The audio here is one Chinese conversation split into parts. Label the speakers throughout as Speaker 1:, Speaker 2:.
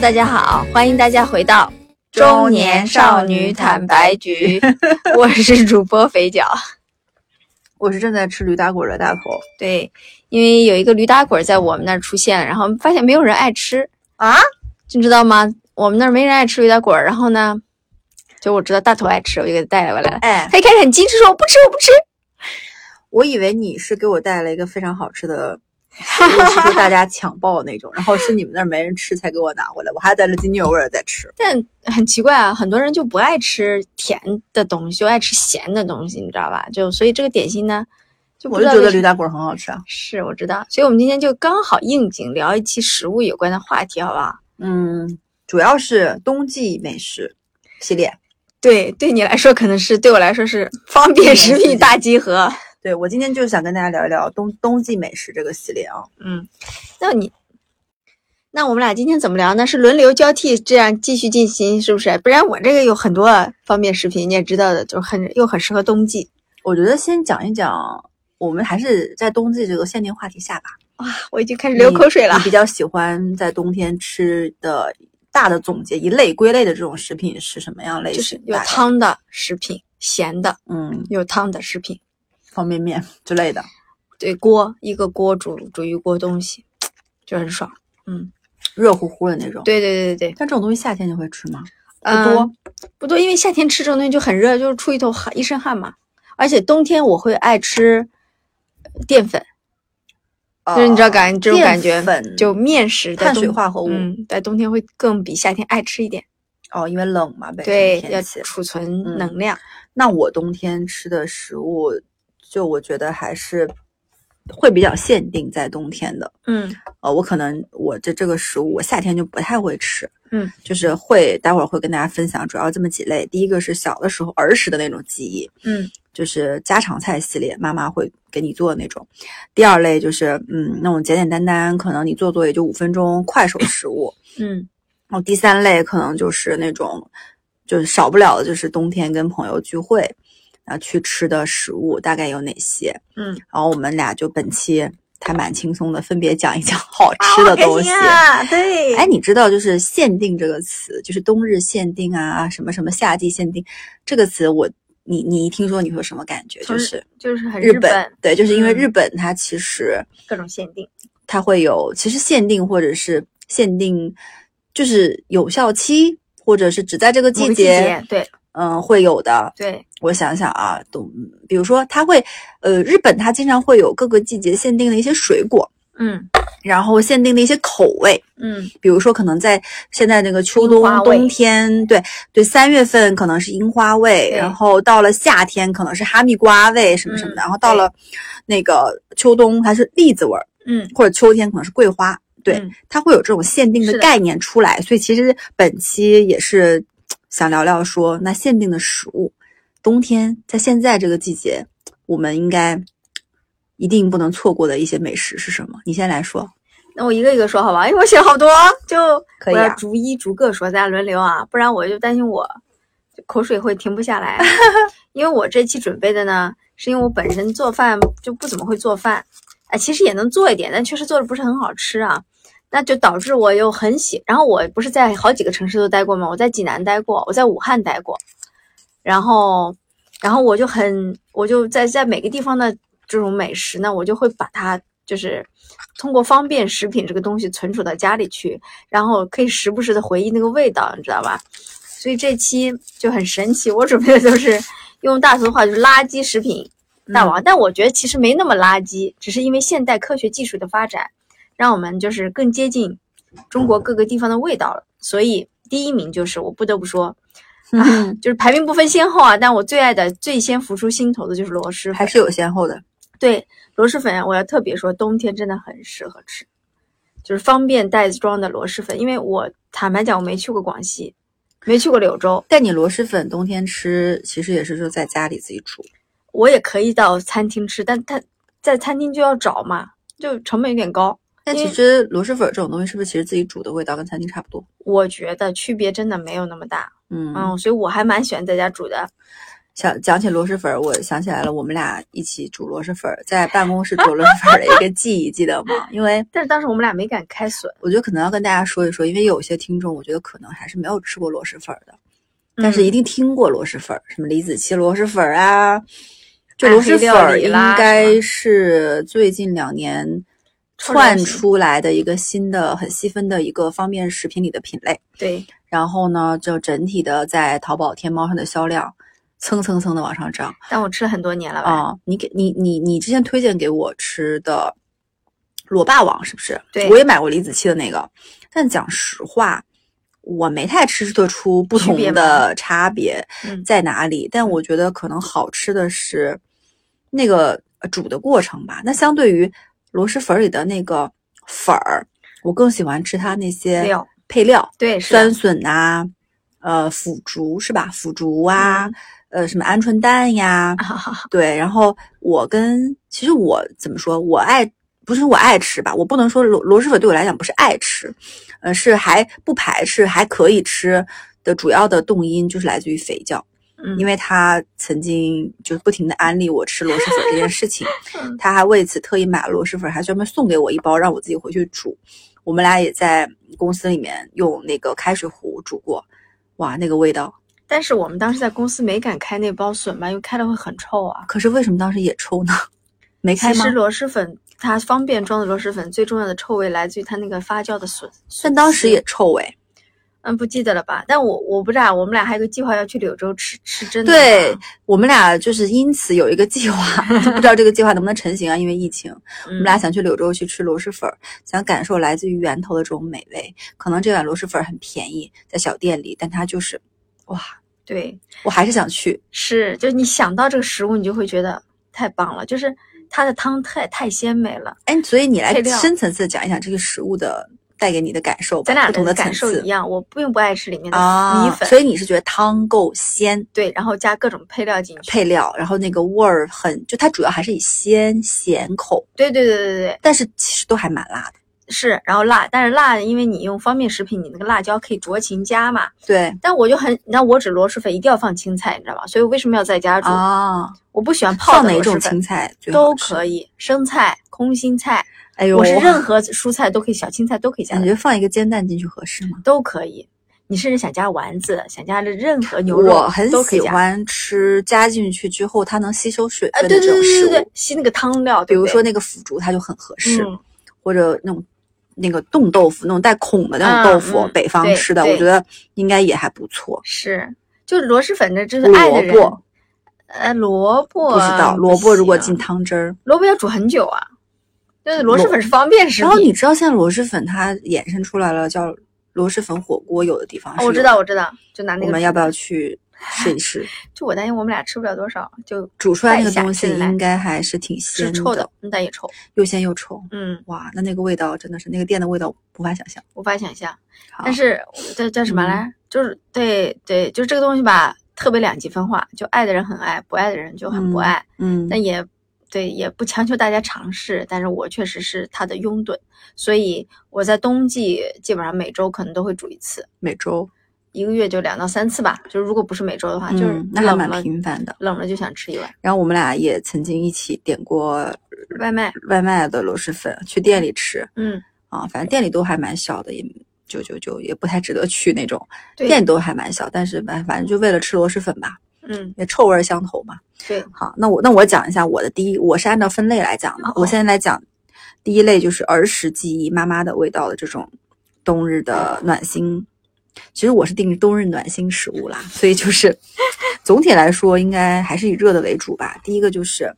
Speaker 1: 大家好，欢迎大家回到中年少女坦白局，我是主播肥脚。
Speaker 2: 我是正在吃驴打滚的大头
Speaker 1: 对，因为有一个驴打滚在我们那儿出现，然后发现没有人爱吃，
Speaker 2: 啊，
Speaker 1: 你知道吗？我们那儿没人爱吃驴打滚，然后呢，就我知道大头爱吃，我就给他带回来了。
Speaker 2: 哎，
Speaker 1: 他一开始很矜持，说我不吃，我不吃。
Speaker 2: 我以为你是给我带来一个非常好吃的，是被大家抢爆的那种，然后是你们那儿没人吃才给我拿回来，我还带着津津有味的在吃。
Speaker 1: 但很奇怪啊，很多人就不爱吃甜的东西，就爱吃咸的东西，你知道吧？就所以这个点心呢，就不
Speaker 2: 我
Speaker 1: 知
Speaker 2: 就
Speaker 1: 道
Speaker 2: 觉
Speaker 1: 为
Speaker 2: 得
Speaker 1: 什
Speaker 2: 驴打滚很好吃啊。
Speaker 1: 是我知道，所以我们今天就刚好应景聊一期食物有关的话题，好不好？
Speaker 2: 嗯，主要是冬季美食系列。
Speaker 1: 对，对你来说可能是，对我来说 是方便食品大集合。
Speaker 2: 对我今天就是想跟大家聊一聊冬冬季美食这个系列啊。
Speaker 1: 嗯，那你，那我们俩今天怎么聊呢？是轮流交替这样继续进行，是不是？不然我这个有很多方便食品，你也知道的，就是很又很适合冬季。
Speaker 2: 我觉得先讲一讲，我们还是在冬季这个限定话题下吧。
Speaker 1: 我已经开始流口水了
Speaker 2: 你。你。比较喜欢在冬天吃的大的总结一类归类的这种食品是什么样类
Speaker 1: 就是
Speaker 2: 型？
Speaker 1: 有
Speaker 2: 大概，
Speaker 1: 汤的食品，咸的
Speaker 2: 嗯，
Speaker 1: 有汤的食品，
Speaker 2: 方便面之类的。
Speaker 1: 对锅一个锅煮煮一锅东西，就很爽。
Speaker 2: 热乎乎的那种。，
Speaker 1: 对对对对对。
Speaker 2: 但这种东西夏天你会吃吗？不
Speaker 1: 嗯
Speaker 2: 多，
Speaker 1: 不多，因为夏天吃这种东西就很热，就是出一头汗，一身汗嘛。而且冬天我会爱吃淀粉，就是你知道感这种感觉
Speaker 2: 哦呃淀粉，
Speaker 1: 就面食在
Speaker 2: 碳
Speaker 1: 冬
Speaker 2: 水化合物
Speaker 1: 嗯，在冬天会更比夏天爱吃一点，
Speaker 2: 哦，因为冷嘛，北
Speaker 1: 对
Speaker 2: 京，
Speaker 1: 要
Speaker 2: 天气。
Speaker 1: 储存
Speaker 2: 嗯
Speaker 1: 能量。
Speaker 2: 那我冬天吃的食物，就我觉得还是会比较限定在冬天的。
Speaker 1: 嗯
Speaker 2: 呃，我可能我这这个食物，我夏天就不太会吃，
Speaker 1: 嗯，
Speaker 2: 就是会待会儿会跟大家分享，主要这么几类。第一个是小的时候儿时的那种记忆，
Speaker 1: 嗯
Speaker 2: 就是家常菜系列，妈妈会给你做的那种。第二类就是嗯，那种简简单单，可能你做做也就五分钟快手食物。
Speaker 1: 嗯
Speaker 2: 然后第三类可能就是那种，就是少不了的就是冬天跟朋友聚会啊去吃的食物，大概有哪些？
Speaker 1: 嗯，
Speaker 2: 然后我们俩就本期还蛮轻松的，分别讲一讲好吃的东西。
Speaker 1: 啊，对
Speaker 2: 哎，，你知道就是“限定”这个词，就是冬日限定啊，什么什么夏季限定这个词我，你你一听说你会有什么感觉？
Speaker 1: 从
Speaker 2: 就是
Speaker 1: 就是很
Speaker 2: 日
Speaker 1: 本
Speaker 2: 对，就是因为
Speaker 1: 嗯
Speaker 2: 日本它其实
Speaker 1: 各种限定。
Speaker 2: 它会有，其实限定或者是限定，就是有效期，或者是只在这个
Speaker 1: 某
Speaker 2: 季
Speaker 1: 个
Speaker 2: 节，
Speaker 1: 对
Speaker 2: 嗯，会有的。
Speaker 1: 对，
Speaker 2: 我想想啊，懂，比如说它会，呃，日本它经常会有各个季节限定的一些水果，
Speaker 1: 嗯
Speaker 2: 然后限定的一些口味，
Speaker 1: 嗯
Speaker 2: 比如说可能在现在那个秋冬
Speaker 1: 樱花味
Speaker 2: 冬天，对对，三月份可能是樱花味，
Speaker 1: 对
Speaker 2: 然后到了夏天可能是哈密瓜味什么什么的，
Speaker 1: 嗯
Speaker 2: 然后到了那个秋冬还是栗子味儿，
Speaker 1: 嗯，
Speaker 2: 或者秋天可能是桂花，对，
Speaker 1: 嗯
Speaker 2: 它会有这种限定
Speaker 1: 是
Speaker 2: 的
Speaker 1: 的
Speaker 2: 概念出来，所以其实本期也是想聊聊说那限定的食物，冬天在现在这个季节，我们应该一定不能错过的一些美食是什么？你先来说，
Speaker 1: 那我一个一个说好吧， 因为我写了好多，就
Speaker 2: 可以
Speaker 1: 我要
Speaker 2: 啊
Speaker 1: 逐一逐个说，大家轮流啊，不然我就担心我口水会停不下 来。啊因为我这期准备的呢，是因为我本身做饭就不怎么会做饭，哎，其实也能做一点，但确实做的不是很好吃啊。那就导致我又很喜，然后我不是在好几个城市都待过吗？我在济南待过，我在武汉待过，然后，然后我就很，我就在在每个地方的这种美食呢，我就会把它就是通过方便食品这个东西存储到家里去，然后可以时不时的回忆那个味道，你知道吧？所以这期就很神奇，我准备的都是用大头的话就是垃圾食品
Speaker 2: 嗯
Speaker 1: 大王，但我觉得其实没那么垃圾，只是因为现代科学技术的发展，让我们就是更接近中国各个地方的味道了。所以第一名就是我不得不说，啊
Speaker 2: 嗯，
Speaker 1: 就是排名不分先后啊，但我最爱的、最先浮出心头的就是螺蛳粉，
Speaker 2: 还是有先后的。
Speaker 1: 对螺蛳粉，啊我要特别说，冬天真的很适合吃，就是方便袋子装的螺蛳粉。因为我坦白讲，我没去过广西，没去过柳州，
Speaker 2: 但你螺蛳粉冬天吃，其实也是说在家里自己煮。
Speaker 1: 我也可以到餐厅吃，但它在餐厅就要找嘛，就成本有点高。
Speaker 2: 但其
Speaker 1: 嗯
Speaker 2: 实螺蛳粉这种东西，是不是其实自己煮的味道跟餐厅差不多？
Speaker 1: 我觉得区别真的没有那么大，
Speaker 2: 嗯，
Speaker 1: 哦嗯，所以我还蛮喜欢在家煮的。
Speaker 2: 想讲起螺蛳粉儿，我想起来了，我们俩一起煮螺蛳粉儿，在办公室煮螺蛳粉儿的一个记忆，记得吗？因为
Speaker 1: 但是当时我们俩没敢开损，
Speaker 2: 我觉得可能要跟大家说一说，因为有些听众，我觉得可能还是没有吃过螺蛳粉儿的，嗯但
Speaker 1: 嗯
Speaker 2: 是一定听过螺蛳粉儿，什么李子柒螺蛳粉儿啊，就
Speaker 1: 暗
Speaker 2: 螺
Speaker 1: 黑
Speaker 2: 蛳粉
Speaker 1: 料
Speaker 2: 儿
Speaker 1: 理
Speaker 2: 应
Speaker 1: 啦什
Speaker 2: 该
Speaker 1: 么
Speaker 2: 是最近两年
Speaker 1: 超流
Speaker 2: 窜
Speaker 1: 行
Speaker 2: 出来的一个新的很细分的一个方便食品里的品类。
Speaker 1: 对，
Speaker 2: 然后呢，就整体的在淘宝、天猫上的销量蹭蹭蹭的往上涨
Speaker 1: 但我吃了很多年了吧？
Speaker 2: 啊、你给你你你之前推荐给我吃的螺霸王是不是？
Speaker 1: 对
Speaker 2: 我也买过李子柒的那个，但讲实话，我没太吃得出不
Speaker 1: 区
Speaker 2: 同
Speaker 1: 别吗
Speaker 2: 的差别
Speaker 1: 嗯
Speaker 2: 在哪里。但我觉得可能好吃的是那个呃煮的过程吧。那相对于螺蛳粉儿里的那个粉儿，我更喜欢吃它那些
Speaker 1: 料
Speaker 2: 配料。
Speaker 1: 对是
Speaker 2: 酸
Speaker 1: 的，
Speaker 2: 笋啊，呃，腐竹是吧？腐竹啊，
Speaker 1: 嗯
Speaker 2: 呃，什么鹌鹑蛋呀，
Speaker 1: 啊
Speaker 2: 对。然后我跟其实我怎么说，我爱不是我爱吃吧，我不能说螺螺蛳粉对我来讲不是爱吃，呃，是还不排斥，还可以吃的主要的动因就是来自于肥教。
Speaker 1: 嗯，
Speaker 2: 因为他曾经就是不停的安利我吃螺蛳粉这件事情
Speaker 1: 嗯，
Speaker 2: 他还为此特意买了螺蛳粉，还专门送给我一包让我自己回去煮。我们俩也在公司里面用那个开水壶煮过，哇，那个味道！
Speaker 1: 但是我们当时在公司没敢开那包笋吧，因为开了会很臭啊。
Speaker 2: 可是为什么当时也抽呢？ 没开
Speaker 1: 其
Speaker 2: 吗
Speaker 1: 实？螺蛳粉它方便装的螺蛳粉最重要的臭味来自于它那个发酵的笋。
Speaker 2: 但当时也臭哎。
Speaker 1: 嗯不记得了吧？但我我不知道，我们俩还有个计划要去柳州吃吃真的。
Speaker 2: 对，我们俩就是因此有一个计划， 就不知道这个计划能不能成型啊？因为疫情，
Speaker 1: 我
Speaker 2: 我们俩想去柳州去吃螺蛳粉，儿，想感受来自于源头的这种美味。可能这碗螺蛳粉儿很便宜，在小店里，但它就是，哇，
Speaker 1: 对
Speaker 2: 我还是想去。
Speaker 1: 是，就是你想到这个食物，你就会觉得太棒了，就是它的汤太太鲜美了。
Speaker 2: 哎，所以你来
Speaker 1: 配料
Speaker 2: 深层次地讲一讲这个食物的带给你的感受吧，
Speaker 1: 咱俩
Speaker 2: 不同
Speaker 1: 的
Speaker 2: 层
Speaker 1: 感受
Speaker 2: 次
Speaker 1: 一样，我并不爱吃里面的
Speaker 2: 啊。
Speaker 1: 米粉，
Speaker 2: 所以你是觉得汤够鲜，
Speaker 1: 对，然后加各种配料进去。
Speaker 2: 配料，然后那个味儿很，就它主要还是以鲜咸口，
Speaker 1: 对对对对对，
Speaker 2: 但是其实都还蛮辣的。
Speaker 1: 是，然后辣，但是辣，因为你用方便食品，你那个辣椒可以酌情加嘛。
Speaker 2: 对
Speaker 1: 但我就很，那我只螺蛳粉一定要放青菜，你知道吗？所以我为什么要在家煮？
Speaker 2: 啊，
Speaker 1: 我不喜欢泡
Speaker 2: 放
Speaker 1: 的
Speaker 2: 哪
Speaker 1: 螺蛳
Speaker 2: 种
Speaker 1: 粉
Speaker 2: 青，菜最好
Speaker 1: 都
Speaker 2: 吃？
Speaker 1: 可以，生菜、空心菜，
Speaker 2: 哎呦，
Speaker 1: 我是任何蔬菜都可以，小青菜都可以加
Speaker 2: 感
Speaker 1: 的，
Speaker 2: 觉放一个煎蛋进去合适吗？
Speaker 1: 都可以。你甚至想加丸子，想加任何牛肉，
Speaker 2: 我很
Speaker 1: 都可以
Speaker 2: 喜
Speaker 1: 加。
Speaker 2: 欢吃加进去之后它能吸收水
Speaker 1: 啊，
Speaker 2: 分
Speaker 1: 对
Speaker 2: 的这
Speaker 1: 对
Speaker 2: 种
Speaker 1: 对对
Speaker 2: 食物，
Speaker 1: 对，吸那个汤料，
Speaker 2: 比
Speaker 1: 对
Speaker 2: 如
Speaker 1: 不对
Speaker 2: 说那个腐竹，它就很合适，
Speaker 1: 嗯
Speaker 2: 或者那种那个冻豆腐，那种带孔的那种
Speaker 1: 嗯
Speaker 2: 豆腐，
Speaker 1: 嗯
Speaker 2: 北方
Speaker 1: 对
Speaker 2: 吃的，
Speaker 1: 对
Speaker 2: 我觉得应该也还不错。
Speaker 1: 是，就是螺蛳粉这就是爱的
Speaker 2: 萝
Speaker 1: 人。
Speaker 2: 卜
Speaker 1: 呃，萝卜
Speaker 2: 不知道，
Speaker 1: 不
Speaker 2: 萝卜如果
Speaker 1: 行
Speaker 2: 进汤汁儿，
Speaker 1: 萝卜要煮很久啊，就是螺蛳
Speaker 2: 萝
Speaker 1: 粉是方便食
Speaker 2: 然后你
Speaker 1: 品。
Speaker 2: 知道现在螺蛳粉它衍生出来了，叫螺蛳粉火锅，有的地方
Speaker 1: 哦
Speaker 2: 是
Speaker 1: 我知
Speaker 2: 有
Speaker 1: 道，
Speaker 2: 的，
Speaker 1: 我知道，就拿那个。
Speaker 2: 我们要不要？去试 一试？
Speaker 1: 就我担心我们俩吃不了多少，就
Speaker 2: 煮出来那
Speaker 1: 带
Speaker 2: 个
Speaker 1: 一下
Speaker 2: 东西
Speaker 1: 进来
Speaker 2: 应该还是挺
Speaker 1: 是
Speaker 2: 鲜
Speaker 1: 臭
Speaker 2: 的，，
Speaker 1: 嗯但也臭。
Speaker 2: 又鲜又臭。
Speaker 1: 嗯，
Speaker 2: 哇，那那个味道真的是那个店的味道无法想象。
Speaker 1: 无法想象。
Speaker 2: 好嗯
Speaker 1: 但是这叫什么来？就是对对，就是这个东西吧，特别两极分化，就爱的人很爱，不爱的人就很不爱。
Speaker 2: 嗯，
Speaker 1: 但也对，也不强求大家尝试。但是我确实是它的拥趸，所以我在冬季基本上每周可能都会煮一次，
Speaker 2: 每周
Speaker 1: 一个月就两到三次吧。就是如果不是每周的话，啊
Speaker 2: 嗯
Speaker 1: 就是
Speaker 2: 那还
Speaker 1: 冷
Speaker 2: 蛮
Speaker 1: 了
Speaker 2: 频繁的。
Speaker 1: 冷了就想吃一碗
Speaker 2: 然后我们俩也曾经一起点过
Speaker 1: 外卖。
Speaker 2: 外卖的螺蛳粉，去店里吃
Speaker 1: 嗯，
Speaker 2: 啊，反正店里都还蛮小的，也就就就也不太值得去那种，
Speaker 1: 对，
Speaker 2: 店里都还蛮小，但是反反正就为了吃螺蛳粉吧，
Speaker 1: 嗯，
Speaker 2: 也臭味儿相投嘛。
Speaker 1: 对，
Speaker 2: 好，那我那我讲一下我的第一，我是按照分类来讲的，
Speaker 1: 哦
Speaker 2: 我现在来讲第一类就是儿时记忆，妈妈的味道的这种冬日的暖心。其实我是定冬日暖心食物啦，所以就是 总体来说应该还是以热的为主吧。第一个就是，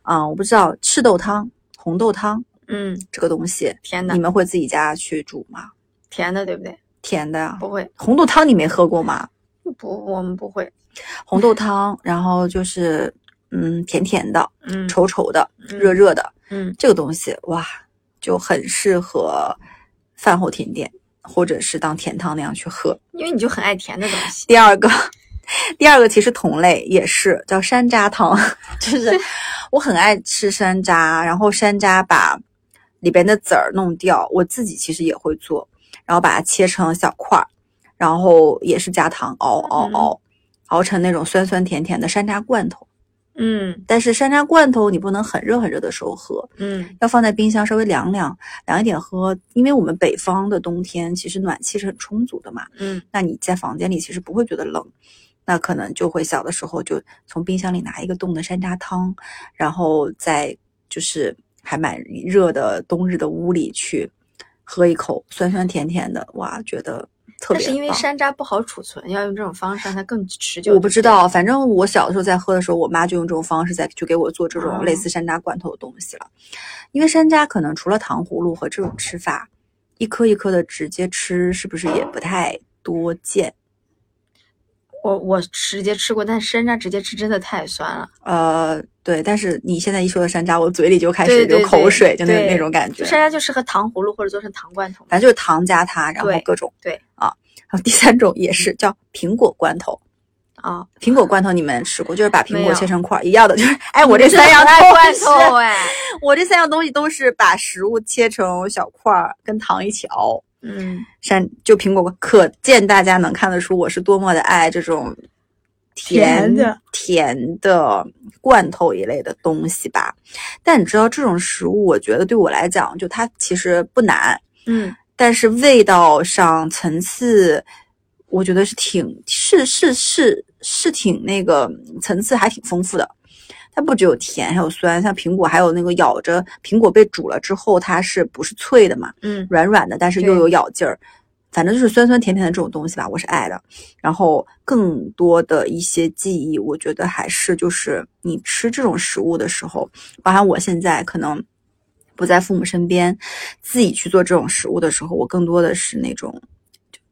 Speaker 2: 啊、我不知道赤豆汤、红豆汤
Speaker 1: 嗯，
Speaker 2: 这个东西，
Speaker 1: 甜
Speaker 2: 你
Speaker 1: 的，
Speaker 2: 们会自己家去煮吗？
Speaker 1: 甜的，对不对？
Speaker 2: 甜的呀，
Speaker 1: 不会，
Speaker 2: 红豆汤你没喝过吗？
Speaker 1: 不，我们不会。
Speaker 2: 红豆汤，然后就是嗯甜甜的、
Speaker 1: 嗯，
Speaker 2: 稠稠的、
Speaker 1: 嗯
Speaker 2: 热，热的，
Speaker 1: 嗯，
Speaker 2: 这个东西哇，就很适合饭后甜点，或者是当甜汤那样去喝。
Speaker 1: 因为你就很爱甜的东西。
Speaker 2: 第二个， 第二个其实同类也是叫山楂汤，就是我很爱吃山楂，然后山楂把里边的籽儿弄掉，我自己其实也会做，然后把它切成小块儿，然后也是加糖熬熬
Speaker 1: 嗯
Speaker 2: 熬。熬成那种酸酸甜甜的山楂罐头。
Speaker 1: 嗯
Speaker 2: 但是山楂罐头你不能很热很热的时候喝，
Speaker 1: 嗯
Speaker 2: 要放在冰箱稍微凉凉凉一点喝，因为我们北方的冬天其实暖气是很充足的嘛，
Speaker 1: 嗯
Speaker 2: 那你在房间里其实不会觉得冷，那可能就会小的时候就从冰箱里拿一个冻的山楂汤，然后在就是还蛮热的冬日的屋里去喝一口，酸酸甜甜的，哇，觉得特
Speaker 1: 但
Speaker 2: 别
Speaker 1: 是
Speaker 2: 棒。
Speaker 1: 因为山楂不好储存，要用这种方式让它更持久。
Speaker 2: 我不知，道，反正我小的时候在喝的时候，我妈就用这种方式在去给我做这种
Speaker 1: 啊
Speaker 2: 类似山楂罐头的东西了。因为山楂可能除了糖葫芦和这种吃法，一颗一颗的直接吃，是不是也不太多见？
Speaker 1: 我我直接吃过，但山楂直接吃真的太酸了，
Speaker 2: 呃，对。但是你现在一说到山楂，我嘴里就开
Speaker 1: 对
Speaker 2: 始
Speaker 1: 对
Speaker 2: 流口
Speaker 1: 对
Speaker 2: 水，就那
Speaker 1: 对
Speaker 2: 那种感觉
Speaker 1: 就。山楂就适合糖葫芦或者做成糖罐头嘛。
Speaker 2: 反正就是糖加它，然后
Speaker 1: 对
Speaker 2: 各种
Speaker 1: 对
Speaker 2: 啊。然后第三种也是叫苹果罐头，
Speaker 1: 啊，
Speaker 2: 苹果罐头你们吃过，就是把苹
Speaker 1: 没
Speaker 2: 果
Speaker 1: 有
Speaker 2: 切成块儿，一样的 就是，哎，我这
Speaker 1: 真的
Speaker 2: 三样
Speaker 1: 很爱
Speaker 2: 都
Speaker 1: 罐
Speaker 2: 是
Speaker 1: 头哎，
Speaker 2: 我这三样东西都是把食物切成小块儿，跟糖一起熬。
Speaker 1: 嗯，
Speaker 2: 山就苹果，可见大家能看得出我是多么的爱这种
Speaker 1: 甜的
Speaker 2: 甜的罐头一类的东西吧。但你知道这种食物，我觉得对我来讲，就它其实不难，
Speaker 1: 嗯，
Speaker 2: 但是味道上层次，我觉得是挺是是是是挺那个层次还挺丰富的。它不只有甜，还有酸，像苹果还有那个咬着苹果被煮了之后，它是不是脆的嘛？
Speaker 1: 嗯
Speaker 2: 软软的，但是又
Speaker 1: 对
Speaker 2: 有咬劲儿，反正就是酸酸甜甜的这种东西吧，我是爱的。然后更多的一些记忆，我觉得还是就是你吃这种食物的时候，包含我现在可能不在父母身边，自己去做这种食物的时候，我更多的是那种。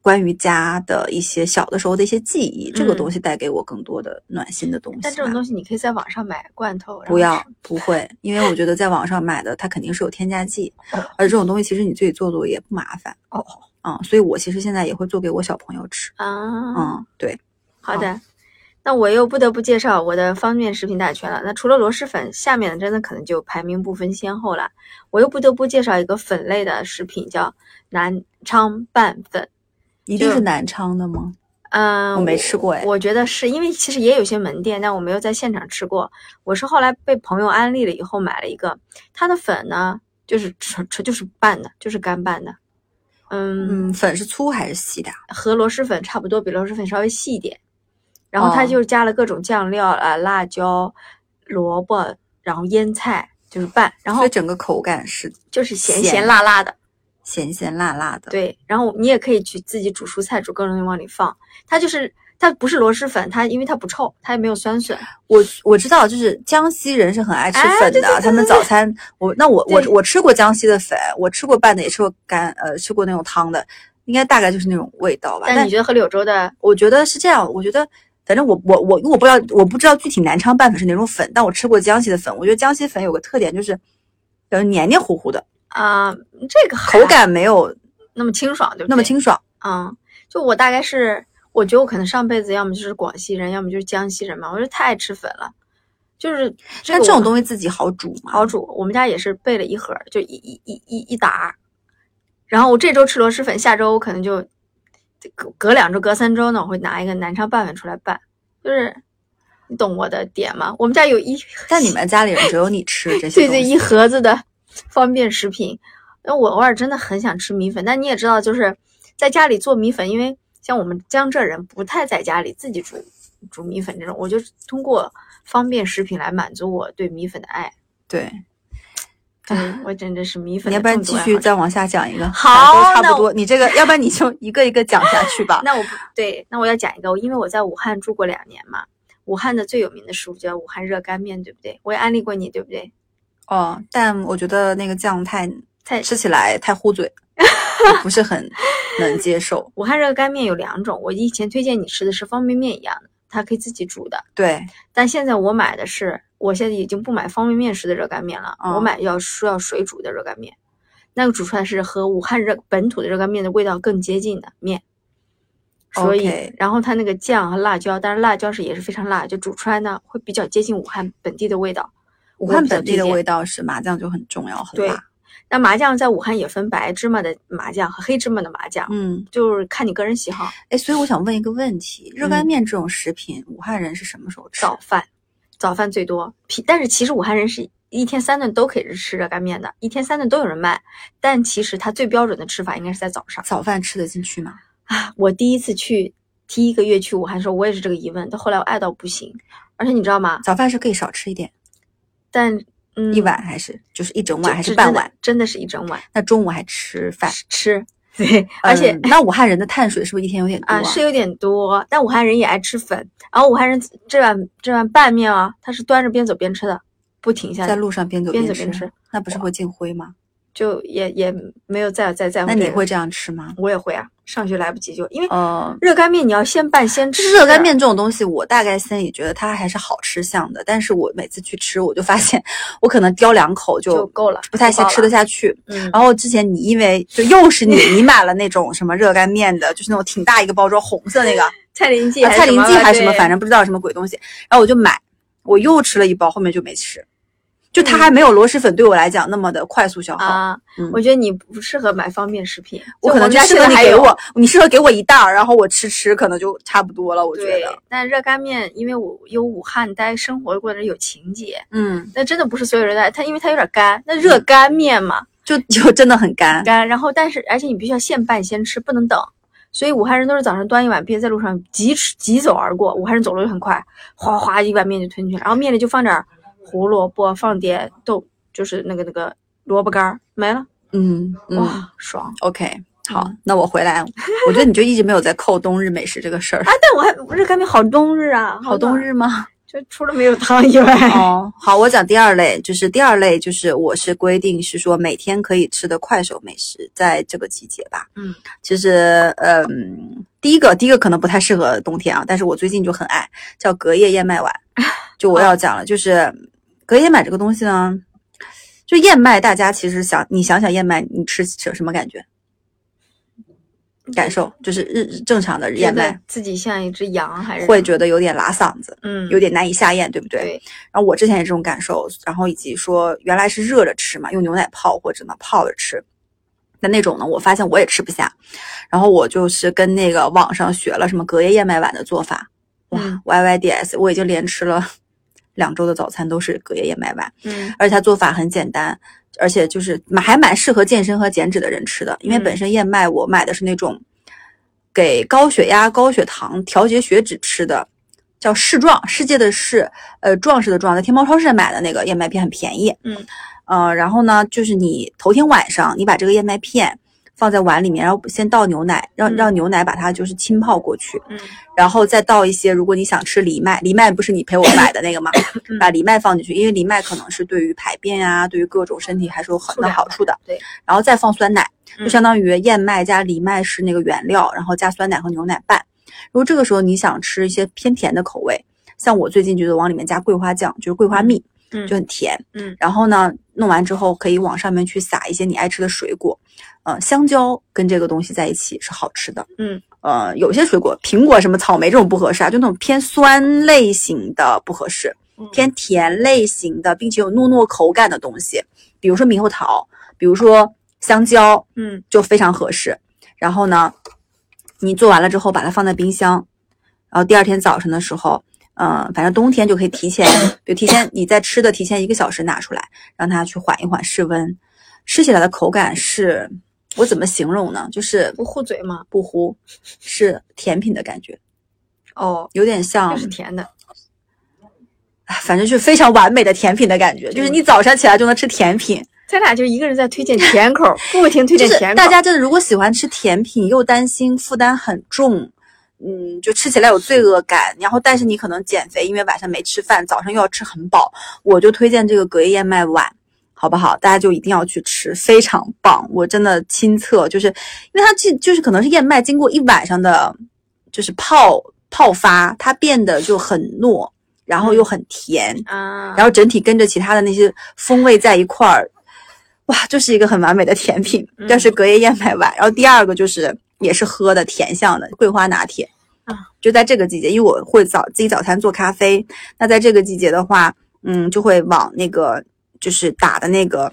Speaker 2: 关于家的一些小的时候的一些记忆，这个
Speaker 1: 嗯
Speaker 2: 东西带给我更多的暖心的东西吧。
Speaker 1: 但这种东西你可以在网上买罐头，然后
Speaker 2: 不要
Speaker 1: 吃，
Speaker 2: 不会，因为我觉得在网上买的它肯定是有添加剂
Speaker 1: 哦，
Speaker 2: 而这种东西其实你自己做做也不麻烦。
Speaker 1: 哦，
Speaker 2: 嗯，所以我其实现在也会做给我小朋友吃。
Speaker 1: 啊，
Speaker 2: 嗯，对，
Speaker 1: 好的，那我又不得不介绍我的方便食品大全了。那除了螺蛳粉，下面的真的可能就排名不分先后了。我又不得不介绍一个粉类的食品，叫南昌拌粉。
Speaker 2: 一定
Speaker 1: 就是
Speaker 2: 南昌的吗？
Speaker 1: 嗯，
Speaker 2: 我没吃过哎
Speaker 1: 我觉得是因为其实也有些门店，但我没有在现场吃过。我是后来被朋友安利了以后买了一个，它的粉呢就是纯纯就是拌的，就是干拌的。嗯，
Speaker 2: 嗯，粉是粗还是细的啊？
Speaker 1: 和螺蛳粉差不多，比螺蛳粉稍微细一点。然后
Speaker 2: 哦
Speaker 1: 它就加了各种酱料啊，辣椒、萝卜，然后腌菜，就是拌，然后
Speaker 2: 所以整个口感是
Speaker 1: 就是咸
Speaker 2: 咸
Speaker 1: 咸辣辣的。
Speaker 2: 咸咸辣辣的。，
Speaker 1: 对，然后你也可以去自己煮蔬菜，煮各种东西往里放。它就是它不是螺蛳粉，它因为它不臭，它也没有酸笋。
Speaker 2: 我我知道，就是江西人是很爱吃
Speaker 1: 哎
Speaker 2: 粉
Speaker 1: 对
Speaker 2: 的，他们早餐我那我我
Speaker 1: 对
Speaker 2: 我吃过江西的粉，我吃过拌的，也吃过干呃吃过那种汤的，应该大概就是那种味道吧。
Speaker 1: 但你觉得和柳州的
Speaker 2: 我觉得是这样，我觉得反正我我我因为我不知道我不知道具体南昌拌粉是哪种粉，但我吃过江西的粉，我觉得江西粉有个特点就是，呃，黏黏糊糊的，
Speaker 1: 啊、这个还
Speaker 2: 口感没有
Speaker 1: 那么清爽，对不对？
Speaker 2: 那么清爽。
Speaker 1: 嗯，就我大概是，我觉得我可能上辈子要么就是广西人，要么就是江西人嘛。我就太爱吃粉了，就是这
Speaker 2: 但
Speaker 1: 个
Speaker 2: 这种
Speaker 1: 我
Speaker 2: 东西自己好煮嘛，
Speaker 1: 好煮，我们家也是备了一盒儿，就一一一一一打。然后我这周吃螺蛳粉，下周我可能就隔隔两周、隔三周呢，我会拿一个南昌拌粉出来拌，就是你懂我的点吗？我们家有一
Speaker 2: 但你们家里人只有你吃这些
Speaker 1: 对
Speaker 2: 东
Speaker 1: 对，
Speaker 2: 西，
Speaker 1: 一盒子的方便食品。那我偶尔真的很想吃米粉，但你也知道，就是在家里做米粉，因为像我们江浙人不太在家里自己煮煮米粉这种，我就通过方便食品来满足我对米粉的爱。
Speaker 2: 对
Speaker 1: 对， 我真的是米粉
Speaker 2: 你
Speaker 1: 的
Speaker 2: 要不然
Speaker 1: 重度
Speaker 2: 继
Speaker 1: 爱
Speaker 2: 续
Speaker 1: 好者
Speaker 2: 再往下讲一个，
Speaker 1: 好啊
Speaker 2: 都差
Speaker 1: 那
Speaker 2: 不
Speaker 1: 我
Speaker 2: 多。你这个，要不然你就一个一个讲下去 吧。
Speaker 1: 那我不对，那我要讲一个，因为我在武汉住过两年嘛，武汉的最有名的食物叫武汉热干面，对不对？我也安利过你，对不对？
Speaker 2: 哦，但我觉得那个酱太
Speaker 1: 太
Speaker 2: 吃起来太 糊嘴，不是很能接受。
Speaker 1: 武汉热干面有两种，我以前推荐你吃的是方便面一样的，它可以自己煮的。
Speaker 2: 对，
Speaker 1: 但现在我买的是，我现在已经不买方便面式的热干面了，
Speaker 2: 哦
Speaker 1: 我买要需要水煮的热干面，那个煮出来是和武汉热本土的热干面的味道更接近的面。所以
Speaker 2: OK
Speaker 1: 然后它那个酱和辣椒，但是辣椒是也是非常辣，就煮出来呢会比较接近武汉本地的味道。
Speaker 2: 武
Speaker 1: 我
Speaker 2: 汉
Speaker 1: 比较
Speaker 2: 本地
Speaker 1: 推
Speaker 2: 的
Speaker 1: 荐
Speaker 2: 味道是麻酱就很重要，很
Speaker 1: 对
Speaker 2: 辣。
Speaker 1: 那麻酱在武汉也分白芝麻的麻酱和黑芝麻的麻酱，
Speaker 2: 嗯，
Speaker 1: 就是看你个人喜好。
Speaker 2: 哎，所以我想问一个问题：热干面这种食品，武汉人是什么时候
Speaker 1: 嗯
Speaker 2: 吃？
Speaker 1: 早饭，早饭最多。皮，但是其实武汉人是一天三顿都可以吃热干面的，一天三顿都有人卖。但其实它最标准的吃法应该是在早上。
Speaker 2: 早饭吃得进去吗？
Speaker 1: 啊，我第一次去，第一个月去武汉的时候，我也是这个疑问。但后来我爱到不行，而且你知道吗？
Speaker 2: 早饭是可以少吃一点，
Speaker 1: 但嗯，
Speaker 2: 一碗还是就是一整碗
Speaker 1: 就
Speaker 2: 还是
Speaker 1: 就
Speaker 2: 半
Speaker 1: 真的
Speaker 2: 碗？
Speaker 1: 真的是一整碗
Speaker 2: 那中午还吃饭？
Speaker 1: 吃。对，而且、
Speaker 2: 嗯那武汉人的碳水是不是一天有点多
Speaker 1: 啊，是有点多，但武汉人也爱吃粉。然后武汉人这碗这碗拌面啊，他是端着边走边吃的，不停下
Speaker 2: 在
Speaker 1: 来，
Speaker 2: 路上边走
Speaker 1: 边
Speaker 2: 吃，
Speaker 1: 走边吃
Speaker 2: 那不是会进灰吗？
Speaker 1: 就也也没有再再在乎、
Speaker 2: 那
Speaker 1: 这个。
Speaker 2: 你会这样吃吗？
Speaker 1: 我也会啊，上学来不及就因为
Speaker 2: 呃，
Speaker 1: 热干面你要先拌先吃。
Speaker 2: 就是热干面这种东西，我大概心里觉得它还是好吃向的，但是我每次去吃，我就发现 我可能叼两口
Speaker 1: 就够了，
Speaker 2: 不太下
Speaker 1: 就饱
Speaker 2: 吃得下去。
Speaker 1: 了。嗯，
Speaker 2: 然后之前你因为就又是你，你买了那种什么热干面的，就是那种挺大一个包装，红色那个，
Speaker 1: 蔡林记
Speaker 2: 啊
Speaker 1: 还是
Speaker 2: 蔡林记还是
Speaker 1: 什么
Speaker 2: 什么，
Speaker 1: 吧
Speaker 2: 反正不知道什么鬼东西。然后我就买，我又吃了一包，后面就没吃。就它
Speaker 1: 嗯
Speaker 2: 还没有螺蛳粉对我来讲那么的快速消
Speaker 1: 对
Speaker 2: 耗，
Speaker 1: 啊
Speaker 2: 嗯，
Speaker 1: 我觉得你不适合买方便食品，
Speaker 2: 我可能
Speaker 1: 就
Speaker 2: 就
Speaker 1: 们家
Speaker 2: 适
Speaker 1: 现
Speaker 2: 合
Speaker 1: 在
Speaker 2: 你
Speaker 1: 还
Speaker 2: 给
Speaker 1: 有。
Speaker 2: 我，你适合给我一袋儿，然后我吃吃，可能就差不多了。我觉
Speaker 1: 对
Speaker 2: 得，，
Speaker 1: 但热干面，因为我有武汉待生活过的人有情节，
Speaker 2: 嗯，
Speaker 1: 那真的不是所有人在它，因为它有点干，那热干面嘛，
Speaker 2: 就就真的很干。
Speaker 1: 干，然后但是而且你必须要现拌先吃，不能等。所以武汉人都是早上端一碗边在路上疾驰疾走而过，武汉人走路就很快，哗哗一碗面就吞进去了，然后面里就放点儿胡萝卜，放点豆，就是那个那个萝卜干儿没了，
Speaker 2: 嗯
Speaker 1: 哇，嗯
Speaker 2: 嗯
Speaker 1: 爽！啊
Speaker 2: ，OK，好，那我回来，我觉得你就一直没有在扣冬日美食这个事儿。
Speaker 1: 啊，但我还热干面好冬日啊，
Speaker 2: 好冬，日吗？
Speaker 1: 就除了没有汤以外，
Speaker 2: 哦，好，我讲第二类，就是第二类就是我是规定是说每天可以吃的快手美食，在这个季节吧。
Speaker 1: 嗯，
Speaker 2: 其实呃嗯，第一个第一个可能不太适合冬天啊，但是我最近就很爱叫隔夜燕 麦碗，就我要讲了，就是隔夜燕麦这个东西呢，就燕麦，大家其实想你想想燕麦，你吃什什么感觉？感受就是日正常的
Speaker 1: 觉
Speaker 2: 燕麦
Speaker 1: 得自己像一只羊还是
Speaker 2: 会觉得有点拉嗓子，
Speaker 1: 嗯
Speaker 2: 有点难以下咽，对不对？
Speaker 1: 对
Speaker 2: 然后我之前也这种感受，然后以及说原来是热着吃嘛，用牛奶泡或者呢泡着吃，那那种呢，我发现我也吃不下，然后我就是跟那个网上学了什么隔夜燕麦碗的做法，哇、
Speaker 1: 嗯
Speaker 2: y Y D S，我已经连吃了两周的早餐都是隔夜燕麦碗，
Speaker 1: 嗯
Speaker 2: 而且它做法很简单，而且就是蛮还蛮适合健身和减脂的人吃的，因为
Speaker 1: 嗯
Speaker 2: 本身燕麦我买的是那种给高血压、高血糖、调节血脂吃的，叫世壮，世界的世，呃，壮士的壮，在天猫超市买的那个燕麦片很便宜，
Speaker 1: 嗯，
Speaker 2: 呃，然后呢，就是你头天晚上你把这个燕麦片。放在碗里面，然后先倒牛奶，让
Speaker 1: 嗯
Speaker 2: 让牛奶把它就是浸泡过去，
Speaker 1: 嗯
Speaker 2: 然后再倒一些，如果你想吃藜麦，藜麦不是你陪我买的那个吗
Speaker 1: 嗯？
Speaker 2: 把藜麦放进去，因为藜麦可能是对于排便啊，对于各种身体还是有很
Speaker 1: 素
Speaker 2: 多
Speaker 1: 量
Speaker 2: 好处的。
Speaker 1: 对，
Speaker 2: 然后再放酸奶，
Speaker 1: 嗯
Speaker 2: 就相当于燕麦加藜麦是那个原料，然后加酸奶和牛奶拌。如果这个时候你想吃一些偏甜的口味，像我最近觉得往里面加桂花酱，就是桂花蜜，
Speaker 1: 嗯
Speaker 2: 就很甜。
Speaker 1: 嗯，
Speaker 2: 然后呢，弄完之后可以往上面去撒一些你爱吃的水果，呃，香蕉跟这个东西在一起是好吃的。
Speaker 1: 嗯，
Speaker 2: 呃，有些水果，苹果什么草莓这种不合适啊，就那种偏酸类型的不合适，偏甜类型的，并且有糯糯口感的东西，比如说猕猴桃，比如说香蕉，
Speaker 1: 嗯
Speaker 2: 就非常合适。然后呢，你做完了之后把它放在冰箱，然后第二天早晨的时候，嗯、反正冬天就可以提前，比如提前你在吃的提前一个小时拿出来，让它去缓一缓室温，吃起来的口感是，我怎么形容呢？就是
Speaker 1: 不护嘴嘛，
Speaker 2: 不糊，是甜品的感觉，
Speaker 1: 哦，
Speaker 2: 有点像
Speaker 1: 又是，甜的，
Speaker 2: 哎反正是非常完美的甜品的感觉，就是你早上起来就能吃甜品。
Speaker 1: 咱俩就一个人在推荐甜 口儿，不停推
Speaker 2: 就
Speaker 1: 荐
Speaker 2: 是
Speaker 1: 甜口儿。
Speaker 2: 大家真的如果喜欢吃甜品，又担心负担很重，嗯，就吃起来有罪恶感，然后但是你可能减肥，因为晚上没吃饭，早上又要吃很饱，我就推荐这个隔夜燕麦碗。好不好？大家就一定要去吃，非常棒！我真的亲测，就是因为它这就是可能是燕麦经过一晚上的，就是泡泡发，它变得就很糯，然后
Speaker 1: 嗯
Speaker 2: 又很甜，
Speaker 1: 啊，
Speaker 2: 然后整体跟着其他的那些风味在一块儿，哇，就是一个很完美的甜品。
Speaker 1: 嗯
Speaker 2: 这是隔夜燕麦碗，然后第二个就是也是喝的甜项的桂花拿铁
Speaker 1: 啊，
Speaker 2: 就在这个季节，因为我会早自己早餐做咖啡，那在这个季节的话，嗯，就会往那个就是打的那个。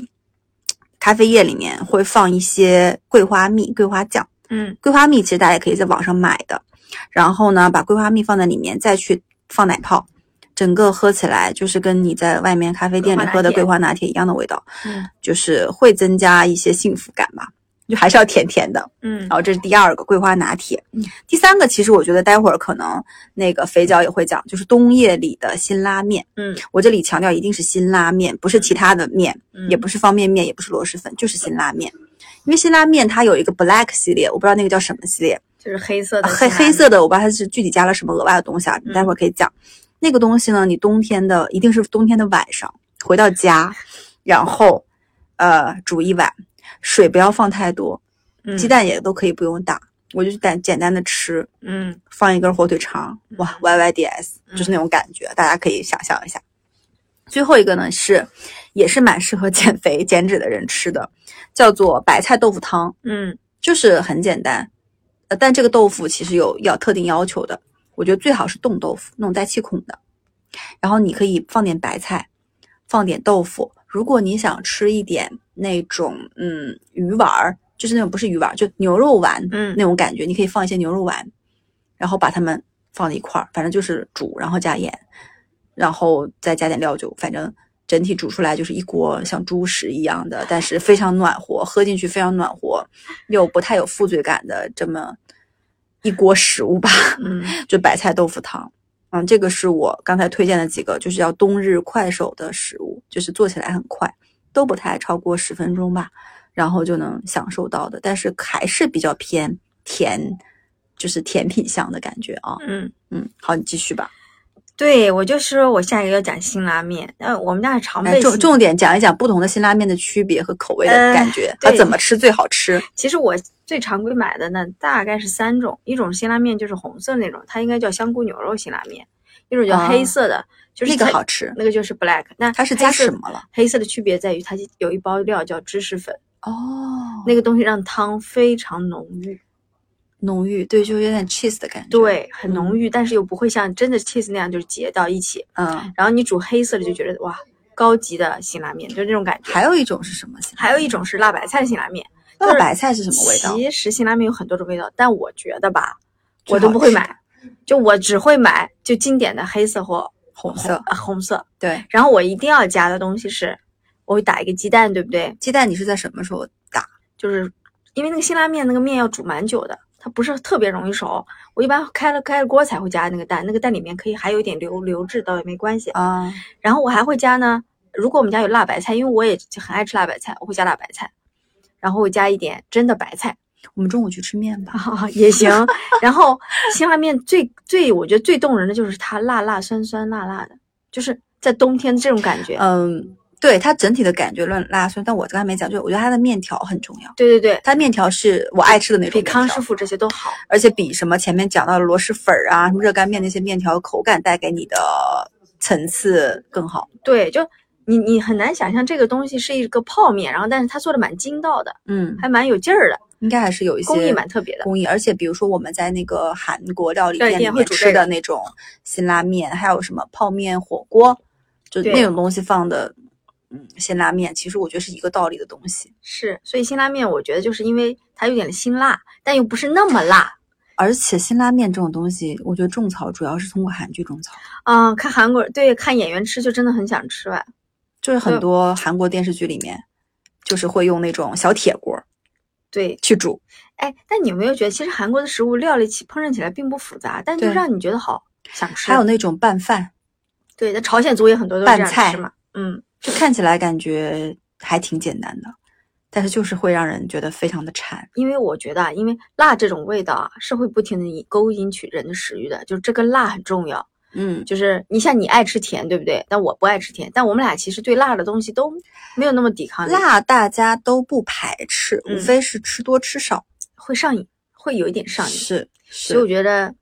Speaker 2: 咖啡液里面会放一些桂花蜜、桂花酱。
Speaker 1: 嗯
Speaker 2: 桂花蜜其实大家也可以在网上买的，然后呢，把桂花蜜放在里面，再去放奶泡，整个喝起来就是跟你在外面咖啡店里喝的
Speaker 1: 桂
Speaker 2: 桂
Speaker 1: 花
Speaker 2: 花拿铁一样的味道，
Speaker 1: 嗯
Speaker 2: 就是会增加一些幸福感吧。就还是要甜甜的，
Speaker 1: 嗯
Speaker 2: 然，后这是第二个桂花拿铁
Speaker 1: 嗯，
Speaker 2: 第三个其实我觉得待会儿可能那个肥脚也会讲，就是冬夜里的辛拉面。
Speaker 1: 嗯，
Speaker 2: 我这里强调一定是辛拉面，不是其他的面，
Speaker 1: 嗯
Speaker 2: 也不是方便面，也不是螺蛳粉，就是辛拉面。因为辛拉面它有一个 black 系列，我不知道那个叫什么系列，
Speaker 1: 就是黑色的
Speaker 2: 啊黑
Speaker 1: 辛辣
Speaker 2: 黑色的，我不知道它是具体加了什么额外的东西啊，
Speaker 1: 嗯
Speaker 2: 待会儿可以讲。那个东西呢，你冬天的一定是冬天的晚上回到家，然后呃煮一碗，水不要放太多，
Speaker 1: 面
Speaker 2: 鸡蛋也都可以不用打，我就简简单的吃，
Speaker 1: 嗯嗯
Speaker 2: 放一根火腿肠，哇，Y Y D S 就是那种感觉，大家可以想象一下。最后一个呢是，也是蛮适合减肥减脂的人吃的，叫做白菜豆腐汤。
Speaker 1: 嗯
Speaker 2: 就是很简单，呃，但这个豆腐其实有要特定要求的，我觉得最好是冻豆腐，那种带气孔的。然后你可以放点白菜，放点豆腐。如果你想吃一点那种嗯鱼丸儿，就是那种不是鱼丸儿，就牛肉丸，
Speaker 1: 嗯
Speaker 2: 那种感觉，你可以放一些牛肉丸，然后把它们放在一块儿，反正就是煮，然后加盐，然后再加点料酒，反正整体煮出来就是一锅像猪食一样的，但是非常暖和，喝进去非常暖和，又不太有负罪感的这么一锅食物吧，
Speaker 1: 嗯
Speaker 2: 就白菜豆腐汤。嗯，这个是我刚才推荐的几个，就是要冬日快手的食物，就是做起来很快，都不太超过十分钟吧，然后就能享受到的，但是还是比较偏甜，就是甜品向的感觉啊。
Speaker 1: 嗯，
Speaker 2: 嗯，好，你继续吧。
Speaker 1: 对我就说我下一个要讲辛拉面，那我们家的常
Speaker 2: 哎，
Speaker 1: 备
Speaker 2: 重
Speaker 1: 辛
Speaker 2: 重点讲一讲不同的辛拉面的区别和口味的
Speaker 1: 呃
Speaker 2: 感觉，它
Speaker 1: 对
Speaker 2: 怎么吃最好吃？
Speaker 1: 其实我最常规买的呢，大概是三种，一种辛拉面就是红色那种，它应该叫香菇牛肉辛拉面；一种叫
Speaker 2: 啊
Speaker 1: 黑色的，就是
Speaker 2: 那个
Speaker 1: 它
Speaker 2: 好，吃，
Speaker 1: 那个就是 black。那
Speaker 2: 它是
Speaker 1: 黑
Speaker 2: 加
Speaker 1: 色
Speaker 2: 什么了？
Speaker 1: 黑色的区别在于它有一包料叫芝士粉，
Speaker 2: 哦那
Speaker 1: 那个东西让汤非常浓郁，
Speaker 2: 浓郁，对，就有点 cheese 的感觉。，
Speaker 1: 对，很浓郁，但是又不会像真的 cheese 那样就是结到一起。
Speaker 2: 嗯，
Speaker 1: 然后你煮黑色的就觉得哇，高级的辛拉面就是那种感觉。
Speaker 2: 还有一种是什么？
Speaker 1: 还有一种是辣白菜的辛拉面，
Speaker 2: 那个白菜是什么味道？
Speaker 1: 其实辛拉面有很多种味道，但我觉得吧，
Speaker 2: 最
Speaker 1: 我都
Speaker 2: 好
Speaker 1: 不会
Speaker 2: 吃
Speaker 1: 买，就我只会买就经典的黑色或
Speaker 2: 红
Speaker 1: 红
Speaker 2: 色。
Speaker 1: 呃红色。
Speaker 2: 对，
Speaker 1: 然后我一定要加的东西是，我会打一个鸡蛋，对不对？
Speaker 2: 鸡蛋你是在什么时候打？
Speaker 1: 就是因为那个辛拉面那个面要煮蛮久的，它不是特别容易熟。我一般开了开了锅才会加那个蛋，那个蛋里面可以还有一点流流质，倒也没关系。
Speaker 2: 啊？
Speaker 1: 然后我还会加呢，如果我们家有辣白菜，因为我也很爱吃辣白菜，我会加辣白菜，然后会加一点真的白菜。
Speaker 2: 我们中午去吃面吧。
Speaker 1: 啊，也行。然后辛拉面最最，我觉得最动人的就是它辣辣酸酸辣辣的，就是在冬天这种感觉。
Speaker 2: 嗯，对，它整体的感觉乱拉酸，但我刚才没讲，就我觉得它的面条很重要。
Speaker 1: 对对对，
Speaker 2: 它面条是我爱吃的那种
Speaker 1: 比
Speaker 2: 面条，
Speaker 1: 康师傅这些都好。
Speaker 2: 而且比什么前面讲到的螺蛳粉儿啊、什么热干面那些面条口感带给你的层次更好。
Speaker 1: 对，就你你很难想象这个东西是一个泡面，然后但是它做的蛮筋道的，
Speaker 2: 嗯，
Speaker 1: 还蛮有劲儿的，
Speaker 2: 应该还是有一些
Speaker 1: 工艺蛮特别的。
Speaker 2: 工艺，而且比如说我们在那个韩国料理
Speaker 1: 料理
Speaker 2: 店里
Speaker 1: 店会
Speaker 2: 面
Speaker 1: 煮
Speaker 2: 吃
Speaker 1: 这个
Speaker 2: 的那种辛拉面，还有什么泡面、火锅，就
Speaker 1: 对
Speaker 2: 那种东西放的，嗯，辛拉面其实我觉得是一个道理的东西。
Speaker 1: 是，所以辛拉面我觉得就是因为它有点辛辣，但又不是那么辣。
Speaker 2: 而且辛拉面这种东西，我觉得种草主要是通过韩剧种草，
Speaker 1: 嗯，看韩国对看演员吃就真的很想吃啊吧。
Speaker 2: 就是
Speaker 1: 对
Speaker 2: 很多韩国电视剧里面，就是会用那种小铁锅
Speaker 1: 对，
Speaker 2: 去煮。
Speaker 1: 哎，但你有没有觉得，其实韩国的食物料理起烹饪起来并不复杂，但就
Speaker 2: 对
Speaker 1: 让你觉得好想吃。
Speaker 2: 还有那种拌饭，
Speaker 1: 对，那朝鲜族也很多都是这
Speaker 2: 拌
Speaker 1: 样
Speaker 2: 菜
Speaker 1: 吃嘛。嗯，
Speaker 2: 就看起来感觉还挺简单的，但是就是会让人觉得非常的馋。
Speaker 1: 因为我觉得啊，因为辣这种味道啊，是会不停的引勾引起人的食欲的，就是这个辣很重要。
Speaker 2: 嗯，
Speaker 1: 就是你像你爱吃甜，对不对？但我不爱吃甜，但我们俩其实对辣的东西都没有那么抵抗力，
Speaker 2: 辣大家都不排斥，
Speaker 1: 嗯
Speaker 2: 无非是吃多吃少。
Speaker 1: 会上瘾，会有一点上瘾。
Speaker 2: 是
Speaker 1: 所以我
Speaker 2: 是，
Speaker 1: 觉得，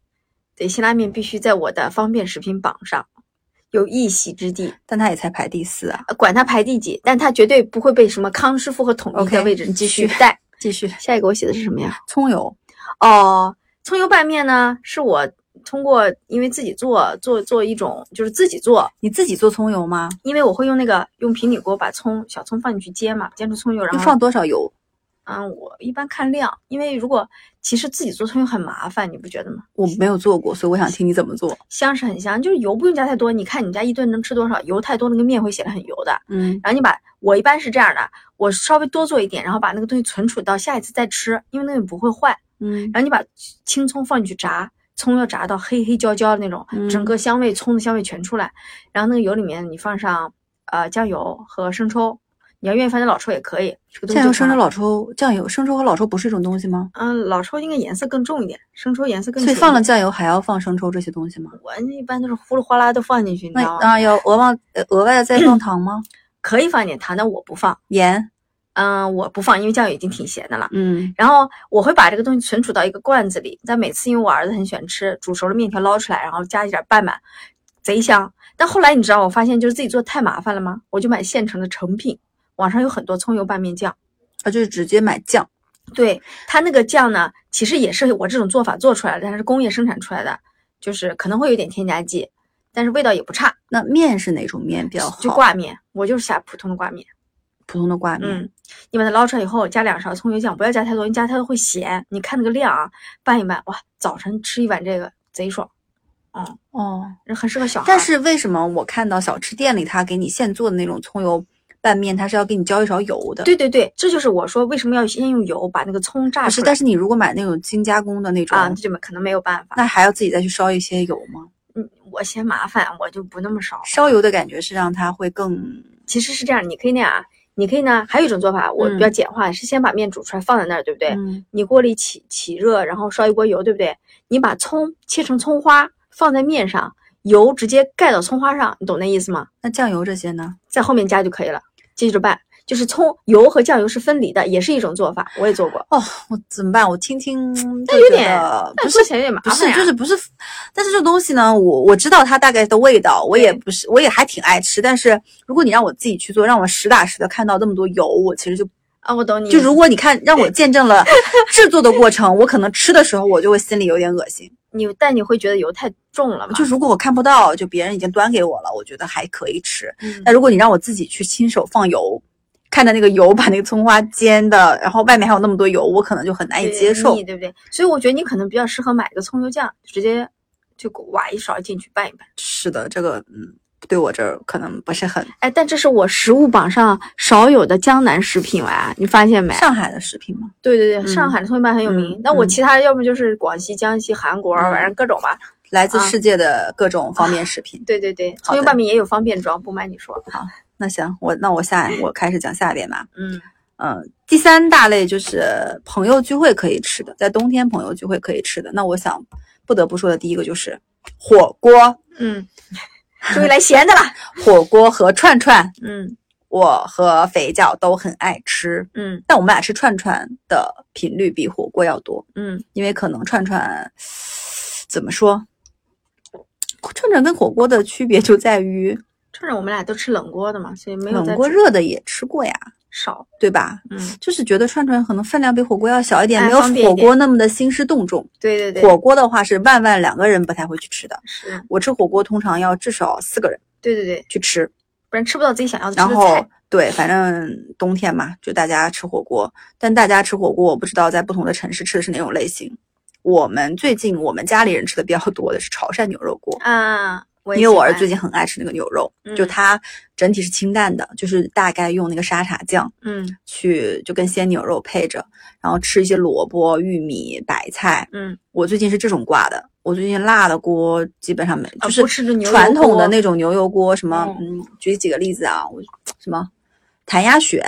Speaker 1: 对辛拉面必须在我的方便食品榜上有一席之地。
Speaker 2: 但它也才排第四啊。
Speaker 1: 呃管它排第几，但它绝对不会被什么康师傅和统一
Speaker 2: OK，
Speaker 1: 的位置
Speaker 2: 你继续
Speaker 1: 取代。
Speaker 2: 继续，
Speaker 1: 下一个我写的是什么呀？
Speaker 2: 葱油
Speaker 1: 哦，葱油拌面呢，是我通过因为自己做做做一种就是自己做，
Speaker 2: 你自己做葱油吗？
Speaker 1: 因为我会用那个用平底锅把葱小葱放进去煎嘛，煎出葱油，然
Speaker 2: 要
Speaker 1: 后
Speaker 2: 放多少油？
Speaker 1: 嗯，我一般看量，因为如果其实自己做葱油很麻烦，你不觉得吗？
Speaker 2: 我没有做过，所以我想听你怎么做。
Speaker 1: 香是很香，就是油不用加太多。你看你家一顿能吃多少？油太多，那个面会显得很油的。
Speaker 2: 嗯，
Speaker 1: 然后你把我一般是这样的，我稍微多做一点，然后把那个东西存储到下一次再吃，因为那个不会坏。
Speaker 2: 嗯，
Speaker 1: 然后你把青葱放进去炸，葱要炸到黑黑焦焦的那种，
Speaker 2: 嗯
Speaker 1: 整个香味葱的香味全出来。然后那个油里面你放上呃酱油和生抽，你要愿意放点老抽也可以。这个东西
Speaker 2: 酱油、
Speaker 1: 就
Speaker 2: 生
Speaker 1: 成
Speaker 2: 抽、
Speaker 1: 了
Speaker 2: 老抽，酱油、生抽和老抽不是一种东西吗？
Speaker 1: 嗯，老抽应该颜色更重一点，生抽颜色更
Speaker 2: 所以
Speaker 1: 浅
Speaker 2: 放
Speaker 1: 一
Speaker 2: 了
Speaker 1: 点
Speaker 2: 酱油还要放生抽这些东西吗？
Speaker 1: 我一般都是呼噜哗啦都放进去，你
Speaker 2: 那
Speaker 1: 知道吗？
Speaker 2: 啊，要额外呃额外再放 糖吗？
Speaker 1: 可以放一点糖，但我不放。
Speaker 2: 盐，
Speaker 1: 嗯，我不放，因为酱油已经挺咸的了。
Speaker 2: 嗯
Speaker 1: 然后我会把这个东西存储到一个罐子里，但每次因为我儿子很喜欢吃，煮熟了面条捞出来，然后加一点拌拌，贼香。但后来你知道，我发现就是自己做太麻烦了吗？我就买现成的成品，网上有很多葱油拌面酱。
Speaker 2: 啊，就是直接买酱。
Speaker 1: 对它那个酱呢，其实也是我这种做法做出来的，但是工业生产出来的，就是可能会有点添加剂，但是味道也不差，
Speaker 2: 那面是哪种面比较好？
Speaker 1: 就挂面，我就是下普通的挂面。
Speaker 2: 普通的挂面。
Speaker 1: 嗯，你把它捞出来以后，加两勺葱油酱，不要加太多，你加太多会咸。你看那个量啊，拌一拌，哇，早晨吃一碗这个贼爽，
Speaker 2: 哦，
Speaker 1: 很适合小孩。
Speaker 2: 但是为什么我看到小吃店里他给你现做的那种葱油拌面，他是要给你浇一勺油的？，
Speaker 1: 对对对，这就是我说为什么要先用油把那个葱炸
Speaker 2: 不
Speaker 1: 出
Speaker 2: 是。
Speaker 1: 来
Speaker 2: 但是你如果买那种精加工的那种，
Speaker 1: 啊，这就可能没有办法。
Speaker 2: 那还要自己再去烧一些油吗？
Speaker 1: 嗯，我嫌麻烦，我就不那么烧。
Speaker 2: 烧油的感觉是让它会更
Speaker 1: 其实是这样，你可以那样，啊，你可以呢，还有一种做法，我比较简化，是先把面煮出来放在那儿，对不对？
Speaker 2: 嗯
Speaker 1: 你锅里起起热，然后烧一锅油，对不对？你把葱切成葱花放在面上，油直接盖到葱花上，你懂那意思吗？
Speaker 2: 那酱油这些呢？
Speaker 1: 在后面加就可以了，接着拌。就是葱油和酱油是分离的，也是一种做法，我也做过，
Speaker 2: 哦，我怎么办？我听听就
Speaker 1: 但有
Speaker 2: 觉
Speaker 1: 点
Speaker 2: 得
Speaker 1: 但
Speaker 2: 不是
Speaker 1: 做起来有点麻
Speaker 2: 不
Speaker 1: 烦
Speaker 2: 是
Speaker 1: 呀。
Speaker 2: 就是不是，但是这东西呢，我我知道它大概的味道，我也
Speaker 1: 对
Speaker 2: 不是我也还挺爱吃，但是如果你让我自己去做，让我实打实的看到那么多油，我其实就
Speaker 1: 啊，我懂你意
Speaker 2: 就
Speaker 1: 思。
Speaker 2: 如果你看让我见证了 制作的过程，我可能吃的时候我就会心里有点恶心。
Speaker 1: 你，但你会觉得油太重了嘛？
Speaker 2: 就如果我看不到，就别人已经端给我了，我觉得还可以吃。
Speaker 1: 嗯
Speaker 2: 但如果你让我自己去亲手放油，看着那个油把那个葱花煎的，然后外面还有那么多油，我可能就很难以
Speaker 1: 对
Speaker 2: 接受
Speaker 1: 腻。对不对？所以我觉得你可能比较适合买个葱油酱，直接就挖一勺进去拌一拌。
Speaker 2: 是的，这个嗯，对我这儿可能不是很
Speaker 1: 哎，但这是我食物榜上少有的江南食品啊，你发现没？
Speaker 2: 上海的食品嘛。
Speaker 1: 对对对，
Speaker 2: 嗯
Speaker 1: 上海的葱油拌很有名
Speaker 2: 嗯。
Speaker 1: 那我
Speaker 2: 嗯
Speaker 1: 其他要么就是广西、江西、韩国，
Speaker 2: 嗯
Speaker 1: 反正各种吧。
Speaker 2: 来自
Speaker 1: 啊
Speaker 2: 世界的各种方便食品。
Speaker 1: 对对对，
Speaker 2: 好
Speaker 1: 葱油
Speaker 2: 的
Speaker 1: 拌面也有方便装，不瞒你说，
Speaker 2: 那行，我那我下我开始讲下边吧。
Speaker 1: 嗯，
Speaker 2: 嗯，第三大类就是朋友聚会可以吃的，在冬天朋友聚会可以吃的。那我想不得不说的第一个就是火锅，
Speaker 1: 嗯， 终于来咸的了。
Speaker 2: 火锅和串串，
Speaker 1: 嗯
Speaker 2: 我和肥脚都很爱吃，
Speaker 1: 嗯
Speaker 2: 但我们俩吃串串的频率比火锅要多，
Speaker 1: 嗯，
Speaker 2: 因为可能串串怎么说，串串跟火锅的区别就在于
Speaker 1: 串串我们俩都吃冷锅的嘛，所以没有
Speaker 2: 冷
Speaker 1: 在
Speaker 2: 锅
Speaker 1: 煮
Speaker 2: 热的也吃过呀，
Speaker 1: 少。
Speaker 2: 对吧？
Speaker 1: 嗯，
Speaker 2: 就是觉得串串可能分量比火锅要小一点，
Speaker 1: 哎
Speaker 2: 没有
Speaker 1: 方便一
Speaker 2: 火
Speaker 1: 点
Speaker 2: 锅那么的兴师动众。
Speaker 1: 对对对，
Speaker 2: 火锅的话是万万两个人不太会去吃的。
Speaker 1: 是，
Speaker 2: 我吃火锅通常要至少四个人
Speaker 1: 对对对，
Speaker 2: 去吃，
Speaker 1: 不然吃不到自己想嗯要吃
Speaker 2: 然
Speaker 1: 的
Speaker 2: 后
Speaker 1: 菜。
Speaker 2: 对，反正冬天嘛，就大家吃火锅。但大家吃火锅，我不知道在不同的城市吃的是哪种类型。我们最近我们家里人吃的比较多的是潮汕牛肉锅，
Speaker 1: 啊，我也
Speaker 2: 因为我
Speaker 1: 喜
Speaker 2: 儿
Speaker 1: 欢
Speaker 2: 子最近很爱吃那个牛肉，就
Speaker 1: 嗯
Speaker 2: 它整体是清淡的，就是大概用那个沙茶酱。
Speaker 1: 嗯
Speaker 2: 去就跟鲜牛肉配着，然后吃一些萝卜、玉米、白菜。
Speaker 1: 嗯，
Speaker 2: 我最近是这种挂的，我最近辣的锅基本上没，
Speaker 1: 啊
Speaker 2: 就
Speaker 1: 不
Speaker 2: 是
Speaker 1: 吃的牛
Speaker 2: 传
Speaker 1: 油
Speaker 2: 统的
Speaker 1: 锅
Speaker 2: 那种牛油锅，什么
Speaker 1: 嗯
Speaker 2: 嗯，举几个例子啊，我什么谭鸭血，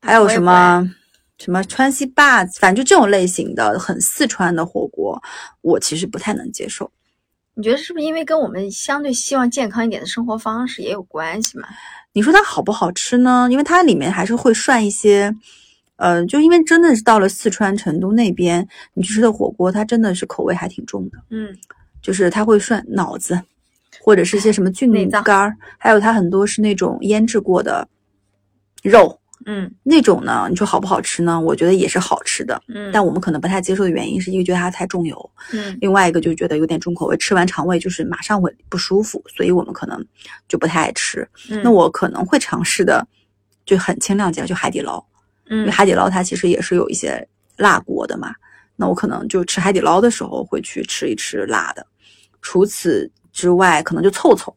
Speaker 2: 还
Speaker 1: 我
Speaker 2: 有
Speaker 1: 也
Speaker 2: 什
Speaker 1: 不
Speaker 2: 么什么川西坝子，反正就这种类型的很四川的火锅，我其实不太能接受。
Speaker 1: 你觉得是不是因为跟我们相对希望健康一点的生活方式也有关系嘛？
Speaker 2: 你说它好不好吃呢？因为它里面还是会涮一些，呃，就因为真的是到了四川成都那边，你去吃的火锅，它真的是口味还挺重的，
Speaker 1: 嗯，
Speaker 2: 就是它会涮脑子，或者是一些什么菌
Speaker 1: 内脏
Speaker 2: 干儿，还有它很多是那种腌制过的肉，
Speaker 1: 嗯
Speaker 2: 那种呢，你说好不好吃呢？我觉得也是好吃的，
Speaker 1: 嗯，
Speaker 2: 但我们可能不太接受的原因是一个觉得它太重油，
Speaker 1: 嗯
Speaker 2: 另外一个就觉得有点重口味，吃完肠胃就是马上会不舒服，所以我们可能就不太爱吃。
Speaker 1: 嗯，
Speaker 2: 那我可能会尝试的，就很轻量级啊的，就海底捞，因
Speaker 1: 嗯
Speaker 2: 为海底捞它其实也是有一些辣锅的嘛。那我可能就吃海底捞的时候会去吃一吃辣的，除此之外可能就凑凑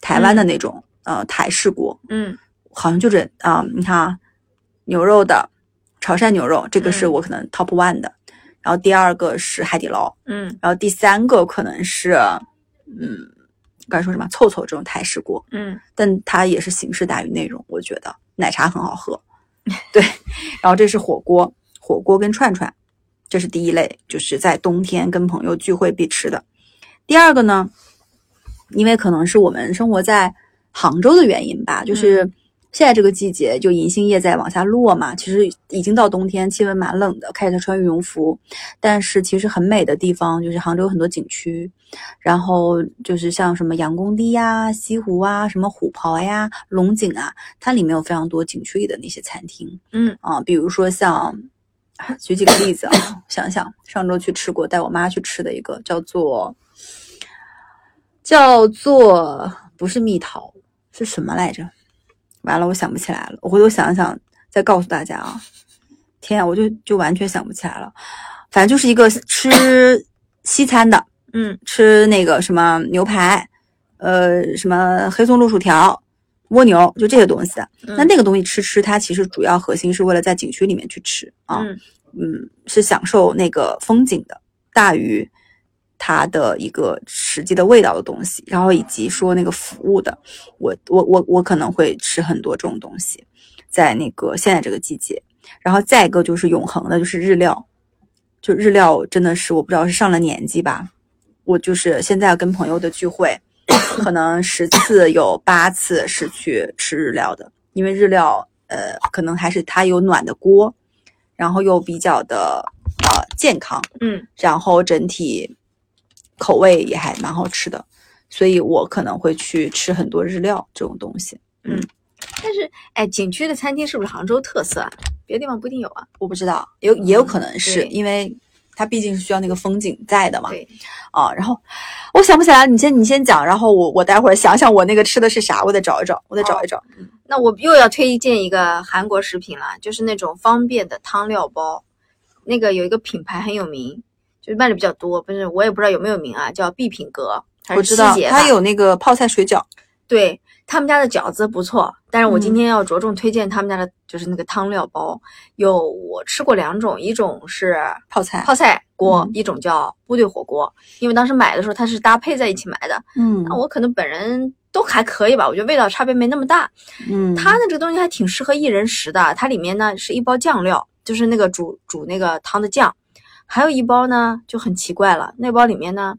Speaker 2: 台湾的那种、呃台式锅，
Speaker 1: 嗯
Speaker 2: 好像就这啊、你看啊，牛肉的潮汕牛肉，这个是
Speaker 1: 嗯
Speaker 2: 我可能 top one 的，然后第二个是海底捞，
Speaker 1: 嗯
Speaker 2: 然后第三个可能是嗯，刚才说什么凑凑这种台式锅，
Speaker 1: 嗯
Speaker 2: 但它也是形式大于内容，我觉得奶茶很好喝，对，然后这是火锅，火锅跟串串，这是第一类，就是在冬天跟朋友聚会必吃的。第二个呢，因为可能是我们生活在杭州的原因吧，就是现在这个季节，就银杏叶在往下落嘛，其实已经到冬天，气温蛮冷的，开始穿羽绒服。但是其实很美的地方就是杭州有很多景区，然后就是像什么杨公堤呀、西湖啊、什么虎跑呀、龙井啊，它里面有非常多景区里的那些餐厅。
Speaker 1: 嗯
Speaker 2: 啊，比如说像，啊举几个例子啊， 我想想，上周去吃过，带我妈去吃的一个叫做叫做不是蜜桃是什么来着？完了，我想不起来了，我回头想一想再告诉大家啊。天呀，我就就完全想不起来了，反正就是一个吃西餐的，
Speaker 1: 嗯
Speaker 2: 吃那个什么牛排，呃，什么黑松露薯条、蜗牛，就这些东西的。那
Speaker 1: 嗯
Speaker 2: 那个东西吃吃，它其实主要核心是为了在景区里面去吃啊，
Speaker 1: 嗯
Speaker 2: 嗯，是享受那个风景的，大于它的一个实际的味道的东西，然后以及说那个服务的，我我我我可能会吃很多这种东西，在那个现在这个季节，然后再一个就是永恒的，就是日料，就日料真的是我不知道是上了年纪吧，我就是现在跟朋友的聚会，可能十次有八次是去吃日料的，因为日料呃可能还是它有暖的锅，然后又比较的呃健康，
Speaker 1: 嗯
Speaker 2: 然后整体口味也还蛮好吃的，所以我可能会去吃很多日料这种东西。
Speaker 1: 但是哎，景区的餐厅是不是杭州特色啊？别的地方不一定有啊。
Speaker 2: 我不知道，有也有可能是、
Speaker 1: 嗯对
Speaker 2: 因为它毕竟是需要那个风景在的嘛。
Speaker 1: 对，
Speaker 2: 啊，然后我想不起来，你先你先讲，然后我我待会儿想想我那个吃的是啥，我得找一找，我得
Speaker 1: 哦
Speaker 2: 找一找。
Speaker 1: 那我又要推荐一个韩国食品了，就是那种方便的汤料包，那个有一个品牌很有名，就是卖的比较多，不是我也不知道有没有名啊，叫必品阁，还
Speaker 2: 我
Speaker 1: 是
Speaker 2: 知
Speaker 1: 七
Speaker 2: 道
Speaker 1: 姐吧
Speaker 2: 它有那个泡菜水饺，
Speaker 1: 对他们家的饺子不错，但是我今
Speaker 2: 嗯
Speaker 1: 天要着重推荐他们家的，就是那个汤料包，有我吃过两种，一种是
Speaker 2: 泡菜，
Speaker 1: 泡菜锅
Speaker 2: 嗯，
Speaker 1: 一种叫部队火锅，因为当时买的时候它是搭配在一起买的，
Speaker 2: 嗯
Speaker 1: 那我可能本人都还可以吧，我觉得味道差别没那么大，
Speaker 2: 嗯，
Speaker 1: 它的这个东西还挺适合一人食的，它里面呢是一包酱料，就是那个煮煮那个汤的酱，还有一包呢就很奇怪了，那包里面呢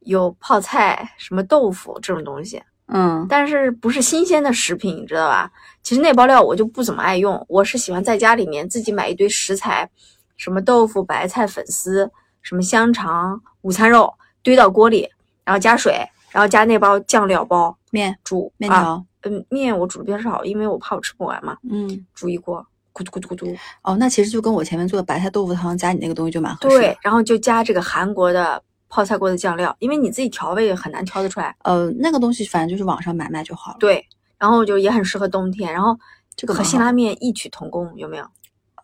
Speaker 1: 有泡菜、什么豆腐这种东西，
Speaker 2: 嗯
Speaker 1: 但是不是新鲜的食品，你知道吧？其实那包料我就不怎么爱用，我是喜欢在家里面自己买一堆食材，什么豆腐、白菜、粉丝，什么香肠、午餐肉堆到锅里，然后加水，然后加那包酱料包
Speaker 2: 面
Speaker 1: 煮
Speaker 2: 面
Speaker 1: 啊
Speaker 2: 条，
Speaker 1: 嗯，面我煮的比较少，因为我怕我吃不完嘛，
Speaker 2: 嗯
Speaker 1: 煮一锅，咕嘟咕嘟咕嘟。
Speaker 2: 哦，那其实就跟我前面做的白菜豆腐汤加你那个东西就蛮合适的
Speaker 1: 对。，然后就加这个韩国的泡菜锅的酱料，因为你自己调味很难调得出来。
Speaker 2: 呃，那个东西反正就是网上买卖就好了。
Speaker 1: 对，然后就也很适合冬天，然后
Speaker 2: 哦这个
Speaker 1: 和
Speaker 2: 蛮
Speaker 1: 辛
Speaker 2: 好
Speaker 1: 拉面异曲同工，有没有？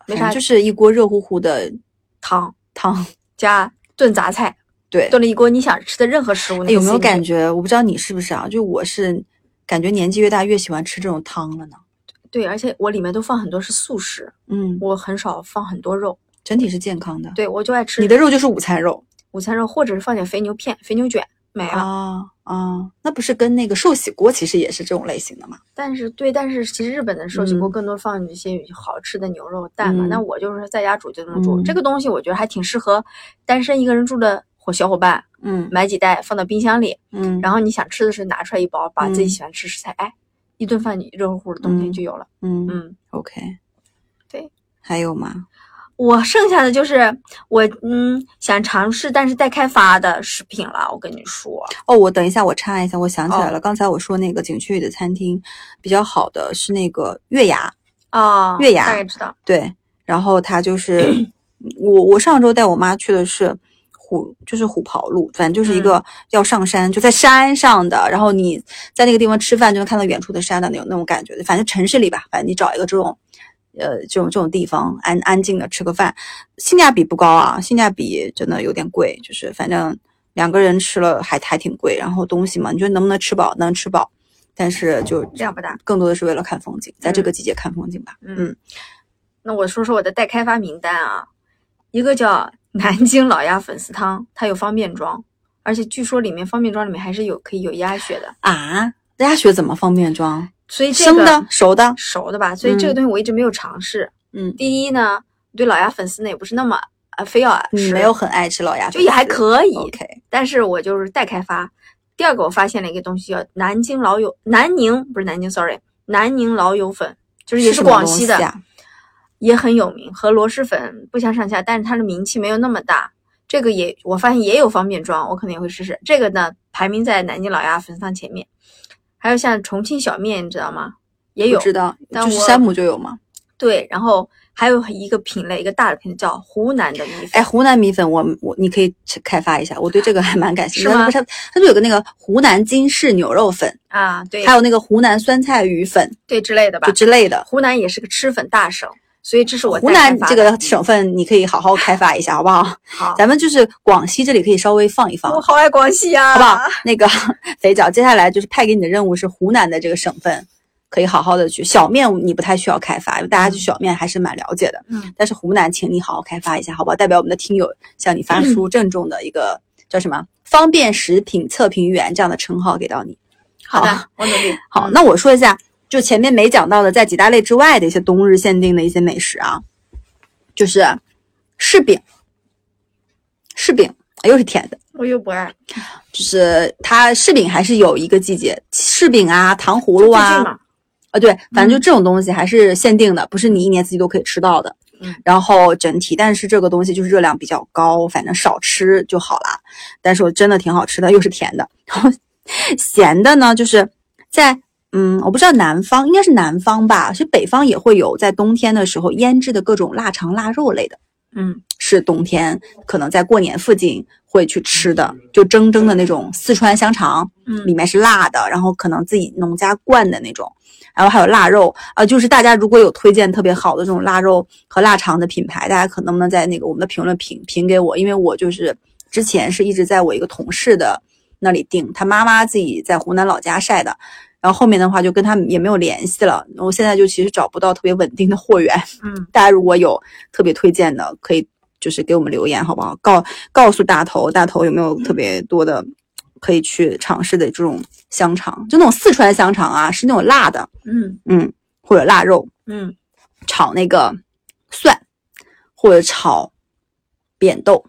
Speaker 1: 没
Speaker 2: 反
Speaker 1: 啥
Speaker 2: 正就是一锅热乎乎的
Speaker 1: 汤
Speaker 2: 汤。
Speaker 1: 加炖杂菜，
Speaker 2: 对，
Speaker 1: 炖了一锅你想吃的任何食物。
Speaker 2: 哎有没有感
Speaker 1: 觉？
Speaker 2: 觉？我不知道你是不是啊，就我是感觉年纪越大越喜欢吃这种汤了呢。
Speaker 1: 对，而且我里面都放很多是素食，
Speaker 2: 嗯，
Speaker 1: 我很少放很多肉。
Speaker 2: 整体是健康的。
Speaker 1: 对，我就爱吃
Speaker 2: 你的肉就是午餐肉
Speaker 1: 午餐肉，或者是放点肥牛片、肥牛卷，没了。
Speaker 2: 啊啊，那不是跟那个寿喜锅其实也是这种类型的嘛？
Speaker 1: 但是对，但是其实日本的寿喜锅
Speaker 2: 嗯
Speaker 1: 更多放一些好吃的牛肉蛋嘛。
Speaker 2: 嗯
Speaker 1: 那我就是在家煮就能煮，
Speaker 2: 嗯
Speaker 1: 这个东西我觉得还挺适合单身一个人住的伙小伙伴，
Speaker 2: 嗯
Speaker 1: 买几袋放到冰箱里，
Speaker 2: 嗯，
Speaker 1: 然后你想吃的时候拿出来一包，把自己
Speaker 2: 嗯
Speaker 1: 喜欢吃食材，哎，一顿饭你热乎乎的冬天就有了。
Speaker 2: 嗯
Speaker 1: 嗯，
Speaker 2: ，OK，
Speaker 1: 对，
Speaker 2: 还有吗？
Speaker 1: 我剩下的就是我嗯想尝试但是待开发的食品了，我跟你说，
Speaker 2: 哦，我等一下，我插一下，我想起来
Speaker 1: 哦
Speaker 2: 了，刚才我说那个景区里的餐厅比较好的是那个月牙，
Speaker 1: 哦，
Speaker 2: 月牙
Speaker 1: 大概知道，
Speaker 2: 对，然后它就是我我上周带我妈去的是虎，就是虎跑路，反
Speaker 1: 嗯
Speaker 2: 正就是一个要上山，就在山上的，然后你在那个地方吃饭就能看到远处的山的那种那种感觉，反正城市里吧，反正你找一个这种。呃，这种这种地方安安静的吃个饭，性价比不高啊，性价比真的有点贵，就是反正两个人吃了还还挺贵，然后东西嘛，你觉得能不能吃饱？能吃饱，但是就
Speaker 1: 量不大。
Speaker 2: 更多的是为了看风景，在这
Speaker 1: 嗯
Speaker 2: 个季节看风景吧。
Speaker 1: 嗯那我说说我的待开发名单啊，一个叫
Speaker 2: 嗯
Speaker 1: 南京老鸭粉丝汤，它有方便装，而且据说里面方便装里面还是有可以有鸭血的，
Speaker 2: 啊，鸭血怎么方便装？
Speaker 1: 所以这
Speaker 2: 生
Speaker 1: 个
Speaker 2: 的、熟的？
Speaker 1: 熟的吧，所以这个
Speaker 2: 嗯
Speaker 1: 东西我一直没有尝试。
Speaker 2: 嗯，
Speaker 1: 第一呢，对老鸭粉丝呢也不是那么啊非要
Speaker 2: 你
Speaker 1: 吃，
Speaker 2: 嗯没有很爱吃老鸭
Speaker 1: 就
Speaker 2: 粉丝，
Speaker 1: 也还可以，
Speaker 2: OK，
Speaker 1: 但是我就是待开发。第二个我发现了一个东西，叫南京老友南宁不是南京，sorry，南宁老友粉，就是也
Speaker 2: 是
Speaker 1: 是
Speaker 2: 什么
Speaker 1: 广
Speaker 2: 东
Speaker 1: 西
Speaker 2: 西
Speaker 1: 的，
Speaker 2: 啊
Speaker 1: 也很有名，和螺蛳粉不相上下，但是它的名气没有那么大。这个也我发现也有方便装，我可能也会试试。这个呢排名在南京老鸭粉丝汤前面，还有像重庆小面，你知道吗？也有
Speaker 2: 我知道，
Speaker 1: 但
Speaker 2: 就是
Speaker 1: 我
Speaker 2: 山姆就有嘛。
Speaker 1: 对，然后还有一个品类，一个大的品类叫湖南的米粉。
Speaker 2: 哎，湖南米粉我，我你可以去开发一下，我对这个还蛮感兴趣。
Speaker 1: 是
Speaker 2: 它
Speaker 1: 吗
Speaker 2: 不是它就有个那个湖南金氏牛肉粉，
Speaker 1: 啊，对，
Speaker 2: 还有那个湖南酸菜鱼粉，
Speaker 1: 对之类的吧
Speaker 2: 就。之类的。
Speaker 1: 湖南也是个吃粉大省，所以这是我
Speaker 2: 湖
Speaker 1: 在
Speaker 2: 南
Speaker 1: 开发
Speaker 2: 这
Speaker 1: 的
Speaker 2: 个省份，你可以好好开发一下，好不好？
Speaker 1: 好，
Speaker 2: 咱们就是广西这里可以稍微放一放，
Speaker 1: 我好爱广西啊呀、
Speaker 2: 好不好？ 那个肥脚，接下来就是派给你的任务是湖南的这个省份，可以好好的去小面，你不太需要开发，因为大家对小面还是蛮了解的。
Speaker 1: 嗯，
Speaker 2: 但是湖南，请你好好开发一下，好吧？代表我们的听友向你发
Speaker 1: 嗯
Speaker 2: 出郑重的一个、叫什么“方便食品测评员”这样的称号给到你。
Speaker 1: 好的嗯
Speaker 2: 好，
Speaker 1: 我努力。
Speaker 2: 好，那我说一下，就前面没讲到的，在几大类之外的一些冬日限定的一些美食啊，就是柿饼，柿饼哎又是甜的。
Speaker 1: 我又不爱
Speaker 2: 就是它柿饼还是有一个季节，柿饼啊、糖葫芦
Speaker 1: 最近
Speaker 2: 啊，
Speaker 1: 嘛
Speaker 2: 啊对，反正就这种东西还是限定的，不是你一年四季都可以吃到的。
Speaker 1: 嗯
Speaker 2: 然后整体，但是这个东西就是热量比较高，反正少吃就好啦。但是我真的挺好吃的，又是甜的。 然后咸的呢，就是在嗯，我不知道南方应该是南方吧，其实北方也会有，在冬天的时候腌制的各种腊肠、腊肉类的。
Speaker 1: 嗯，
Speaker 2: 是冬天，可能在过年附近会去吃的，就蒸蒸的那种四川香肠，
Speaker 1: 嗯
Speaker 2: 里面是辣的，然后可能自己农家灌的那种，然后还有腊肉啊、就是大家如果有推荐特别好的这种腊肉和腊肠的品牌，大家可能不能在那个我们的评论评评给我，因为我就是之前是一直在我一个同事的那里订，他妈妈自己在湖南老家晒的。然后后面的话就跟他们也没有联系了，我现在就其实找不到特别稳定的货源，
Speaker 1: 嗯，
Speaker 2: 大家如果有特别推荐的，可以就是给我们留言，好不好？告告诉大头，大头有没有特别多的可以去尝试的这种香肠？就那种四川香肠啊，是那种辣的，
Speaker 1: 嗯
Speaker 2: 嗯，或者腊肉
Speaker 1: 嗯
Speaker 2: 炒那个蒜，或者炒扁豆、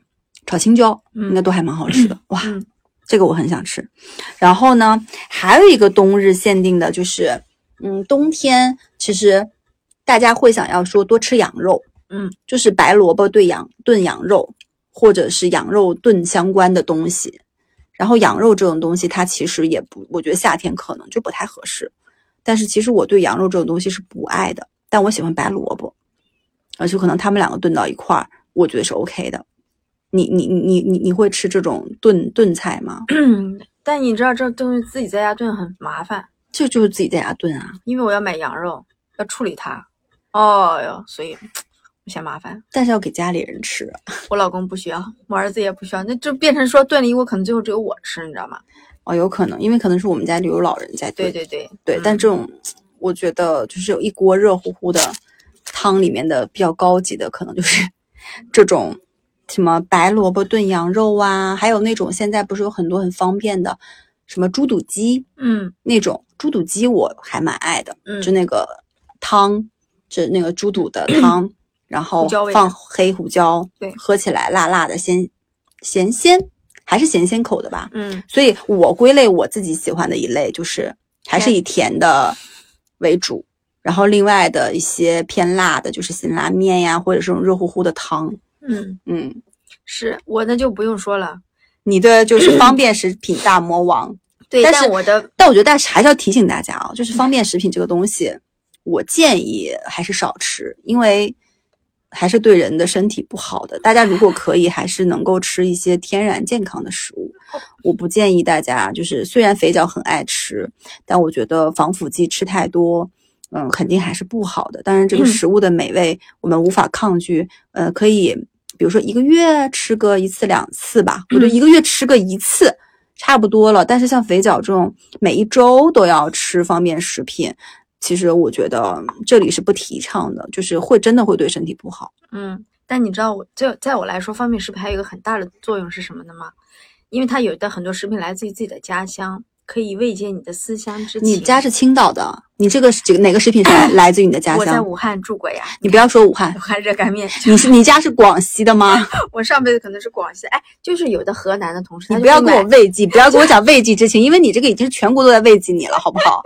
Speaker 2: 炒青椒，
Speaker 1: 嗯
Speaker 2: 应该都还蛮好吃的。哇，
Speaker 1: 嗯
Speaker 2: 这个我很想吃。然后呢，还有一个冬日限定的就是，嗯，冬天其实大家会想要说多吃羊肉，
Speaker 1: 嗯，
Speaker 2: 就是白萝卜炖羊炖羊肉，或者是羊肉炖相关的东西。然后羊肉这种东西，它其实也不，我觉得夏天可能就不太合适。但是其实我对羊肉这种东西是不爱的，但我喜欢白萝卜，而且可能他们两个炖到一块儿，我觉得是 OK 的。你你你你你你会吃这种炖炖菜吗？
Speaker 1: 嗯。但你知道这东西自己在家炖很麻烦，
Speaker 2: 这就是自己在家炖啊。
Speaker 1: 因为我要买羊肉，要处理它。哦哟，所以我嫌麻烦。
Speaker 2: 但是要给家里人吃。
Speaker 1: 我老公不需要，我儿子也不需要，那就变成说炖了一锅，可能最后只有我吃，你知道吗？
Speaker 2: 哦，有可能，因为可能是我们家里有老人在
Speaker 1: 对
Speaker 2: 对
Speaker 1: 对对
Speaker 2: 对
Speaker 1: 嗯
Speaker 2: 但这种我觉得就是有一锅热乎乎的汤里面的比较高级的，可能就是 这种什么白萝卜炖羊肉啊，还有那种现在不是有很多很方便的什么猪肚鸡
Speaker 1: 嗯
Speaker 2: 那种猪肚鸡，我还蛮爱的，
Speaker 1: 嗯
Speaker 2: 就那个汤，就那个猪肚的汤，然后
Speaker 1: 胡椒味
Speaker 2: 放
Speaker 1: 的
Speaker 2: 黑胡椒，
Speaker 1: 对
Speaker 2: 喝起来辣辣的鲜咸鲜，还是咸鲜口的吧，
Speaker 1: 嗯
Speaker 2: 所以我归类我自己喜欢的一类就是还是以甜的为主，然后另外的一些偏辣的，就是辛拉面呀，或者是这种热乎乎的汤。
Speaker 1: 嗯，
Speaker 2: 嗯，
Speaker 1: 是我那就不用说了。
Speaker 2: 你的就是方便食品大魔王，
Speaker 1: 对，
Speaker 2: 但
Speaker 1: 但
Speaker 2: 是
Speaker 1: 我的
Speaker 2: 但我觉得大家还是要提醒大家啊、就是方便食品这个东西，我建议还是少吃，因为还是对人的身体不好的。大家如果可以，还是能够吃一些天然健康的食物。我不建议大家就是，虽然肥脚很爱吃，但我觉得防腐剂吃太多，嗯，肯定还是不好的。当然，这个
Speaker 1: 嗯
Speaker 2: 食物的美味我们无法抗拒，呃，可以比如说一个月吃个一次两次吧，我觉得
Speaker 1: 嗯
Speaker 2: 一个月吃个一次。差不多了，但是像肥脚这种每一周都要吃方便食品，其实我觉得这里是不提倡的，就是会真的会对身体不好。
Speaker 1: 嗯，但你知道我这在我来说，方便食品还有一个很大的作用是什么呢吗？因为它有的很多食品来自于自己的家乡，可以慰藉你的思乡之情。
Speaker 2: 你家是青岛的，你这个是哪个食品是来来自于你的家
Speaker 1: 我在
Speaker 2: 乡？
Speaker 1: 武汉住过呀，
Speaker 2: 你不要说武汉
Speaker 1: 武，汉热干面。
Speaker 2: 你是你家是广西 的吗？
Speaker 1: 我上辈子可能是广西的，哎，就是有的河南的同事，
Speaker 2: 你
Speaker 1: 他
Speaker 2: 不
Speaker 1: 就
Speaker 2: 要
Speaker 1: 会
Speaker 2: 跟我
Speaker 1: 买
Speaker 2: 慰藉，不要跟我讲慰藉之情，因为你这个已经是全国都在慰藉你了，好不好？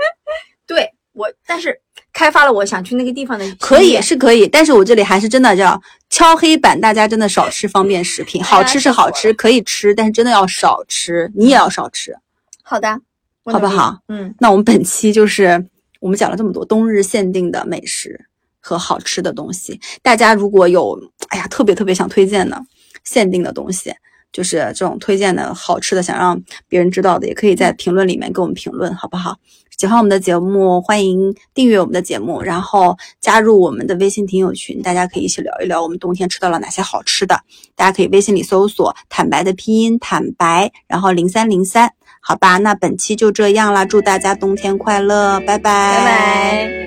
Speaker 1: 对我，但是开发了我想去那个地方的
Speaker 2: 可
Speaker 1: 心
Speaker 2: 以
Speaker 1: 愿
Speaker 2: 是可以，但是我这里还是真的叫敲黑板，大家真的少吃方便食品，好吃是好吃，可以吃，但是真的要少吃，你也要少吃。
Speaker 1: 好的，我
Speaker 2: 好不
Speaker 1: 努力
Speaker 2: 好？
Speaker 1: 嗯，
Speaker 2: 那我们本期就是我们讲了这么多冬日限定的美食和好吃的东西，大家如果有哎呀特别特别想推荐的限定的东西，就是这种推荐的好吃的，想让别人知道的，也可以在评论里面给我们评论，好不好？喜欢我们的节目，欢迎订阅我们的节目，然后加入我们的微信听友群，大家可以一起聊一聊我们冬天吃到了哪些好吃的。大家可以微信里搜索“坦白”的拼音“坦白”，然后零三零三，好吧？那本期就这样啦，祝大家冬天快乐，拜拜，
Speaker 1: 拜拜。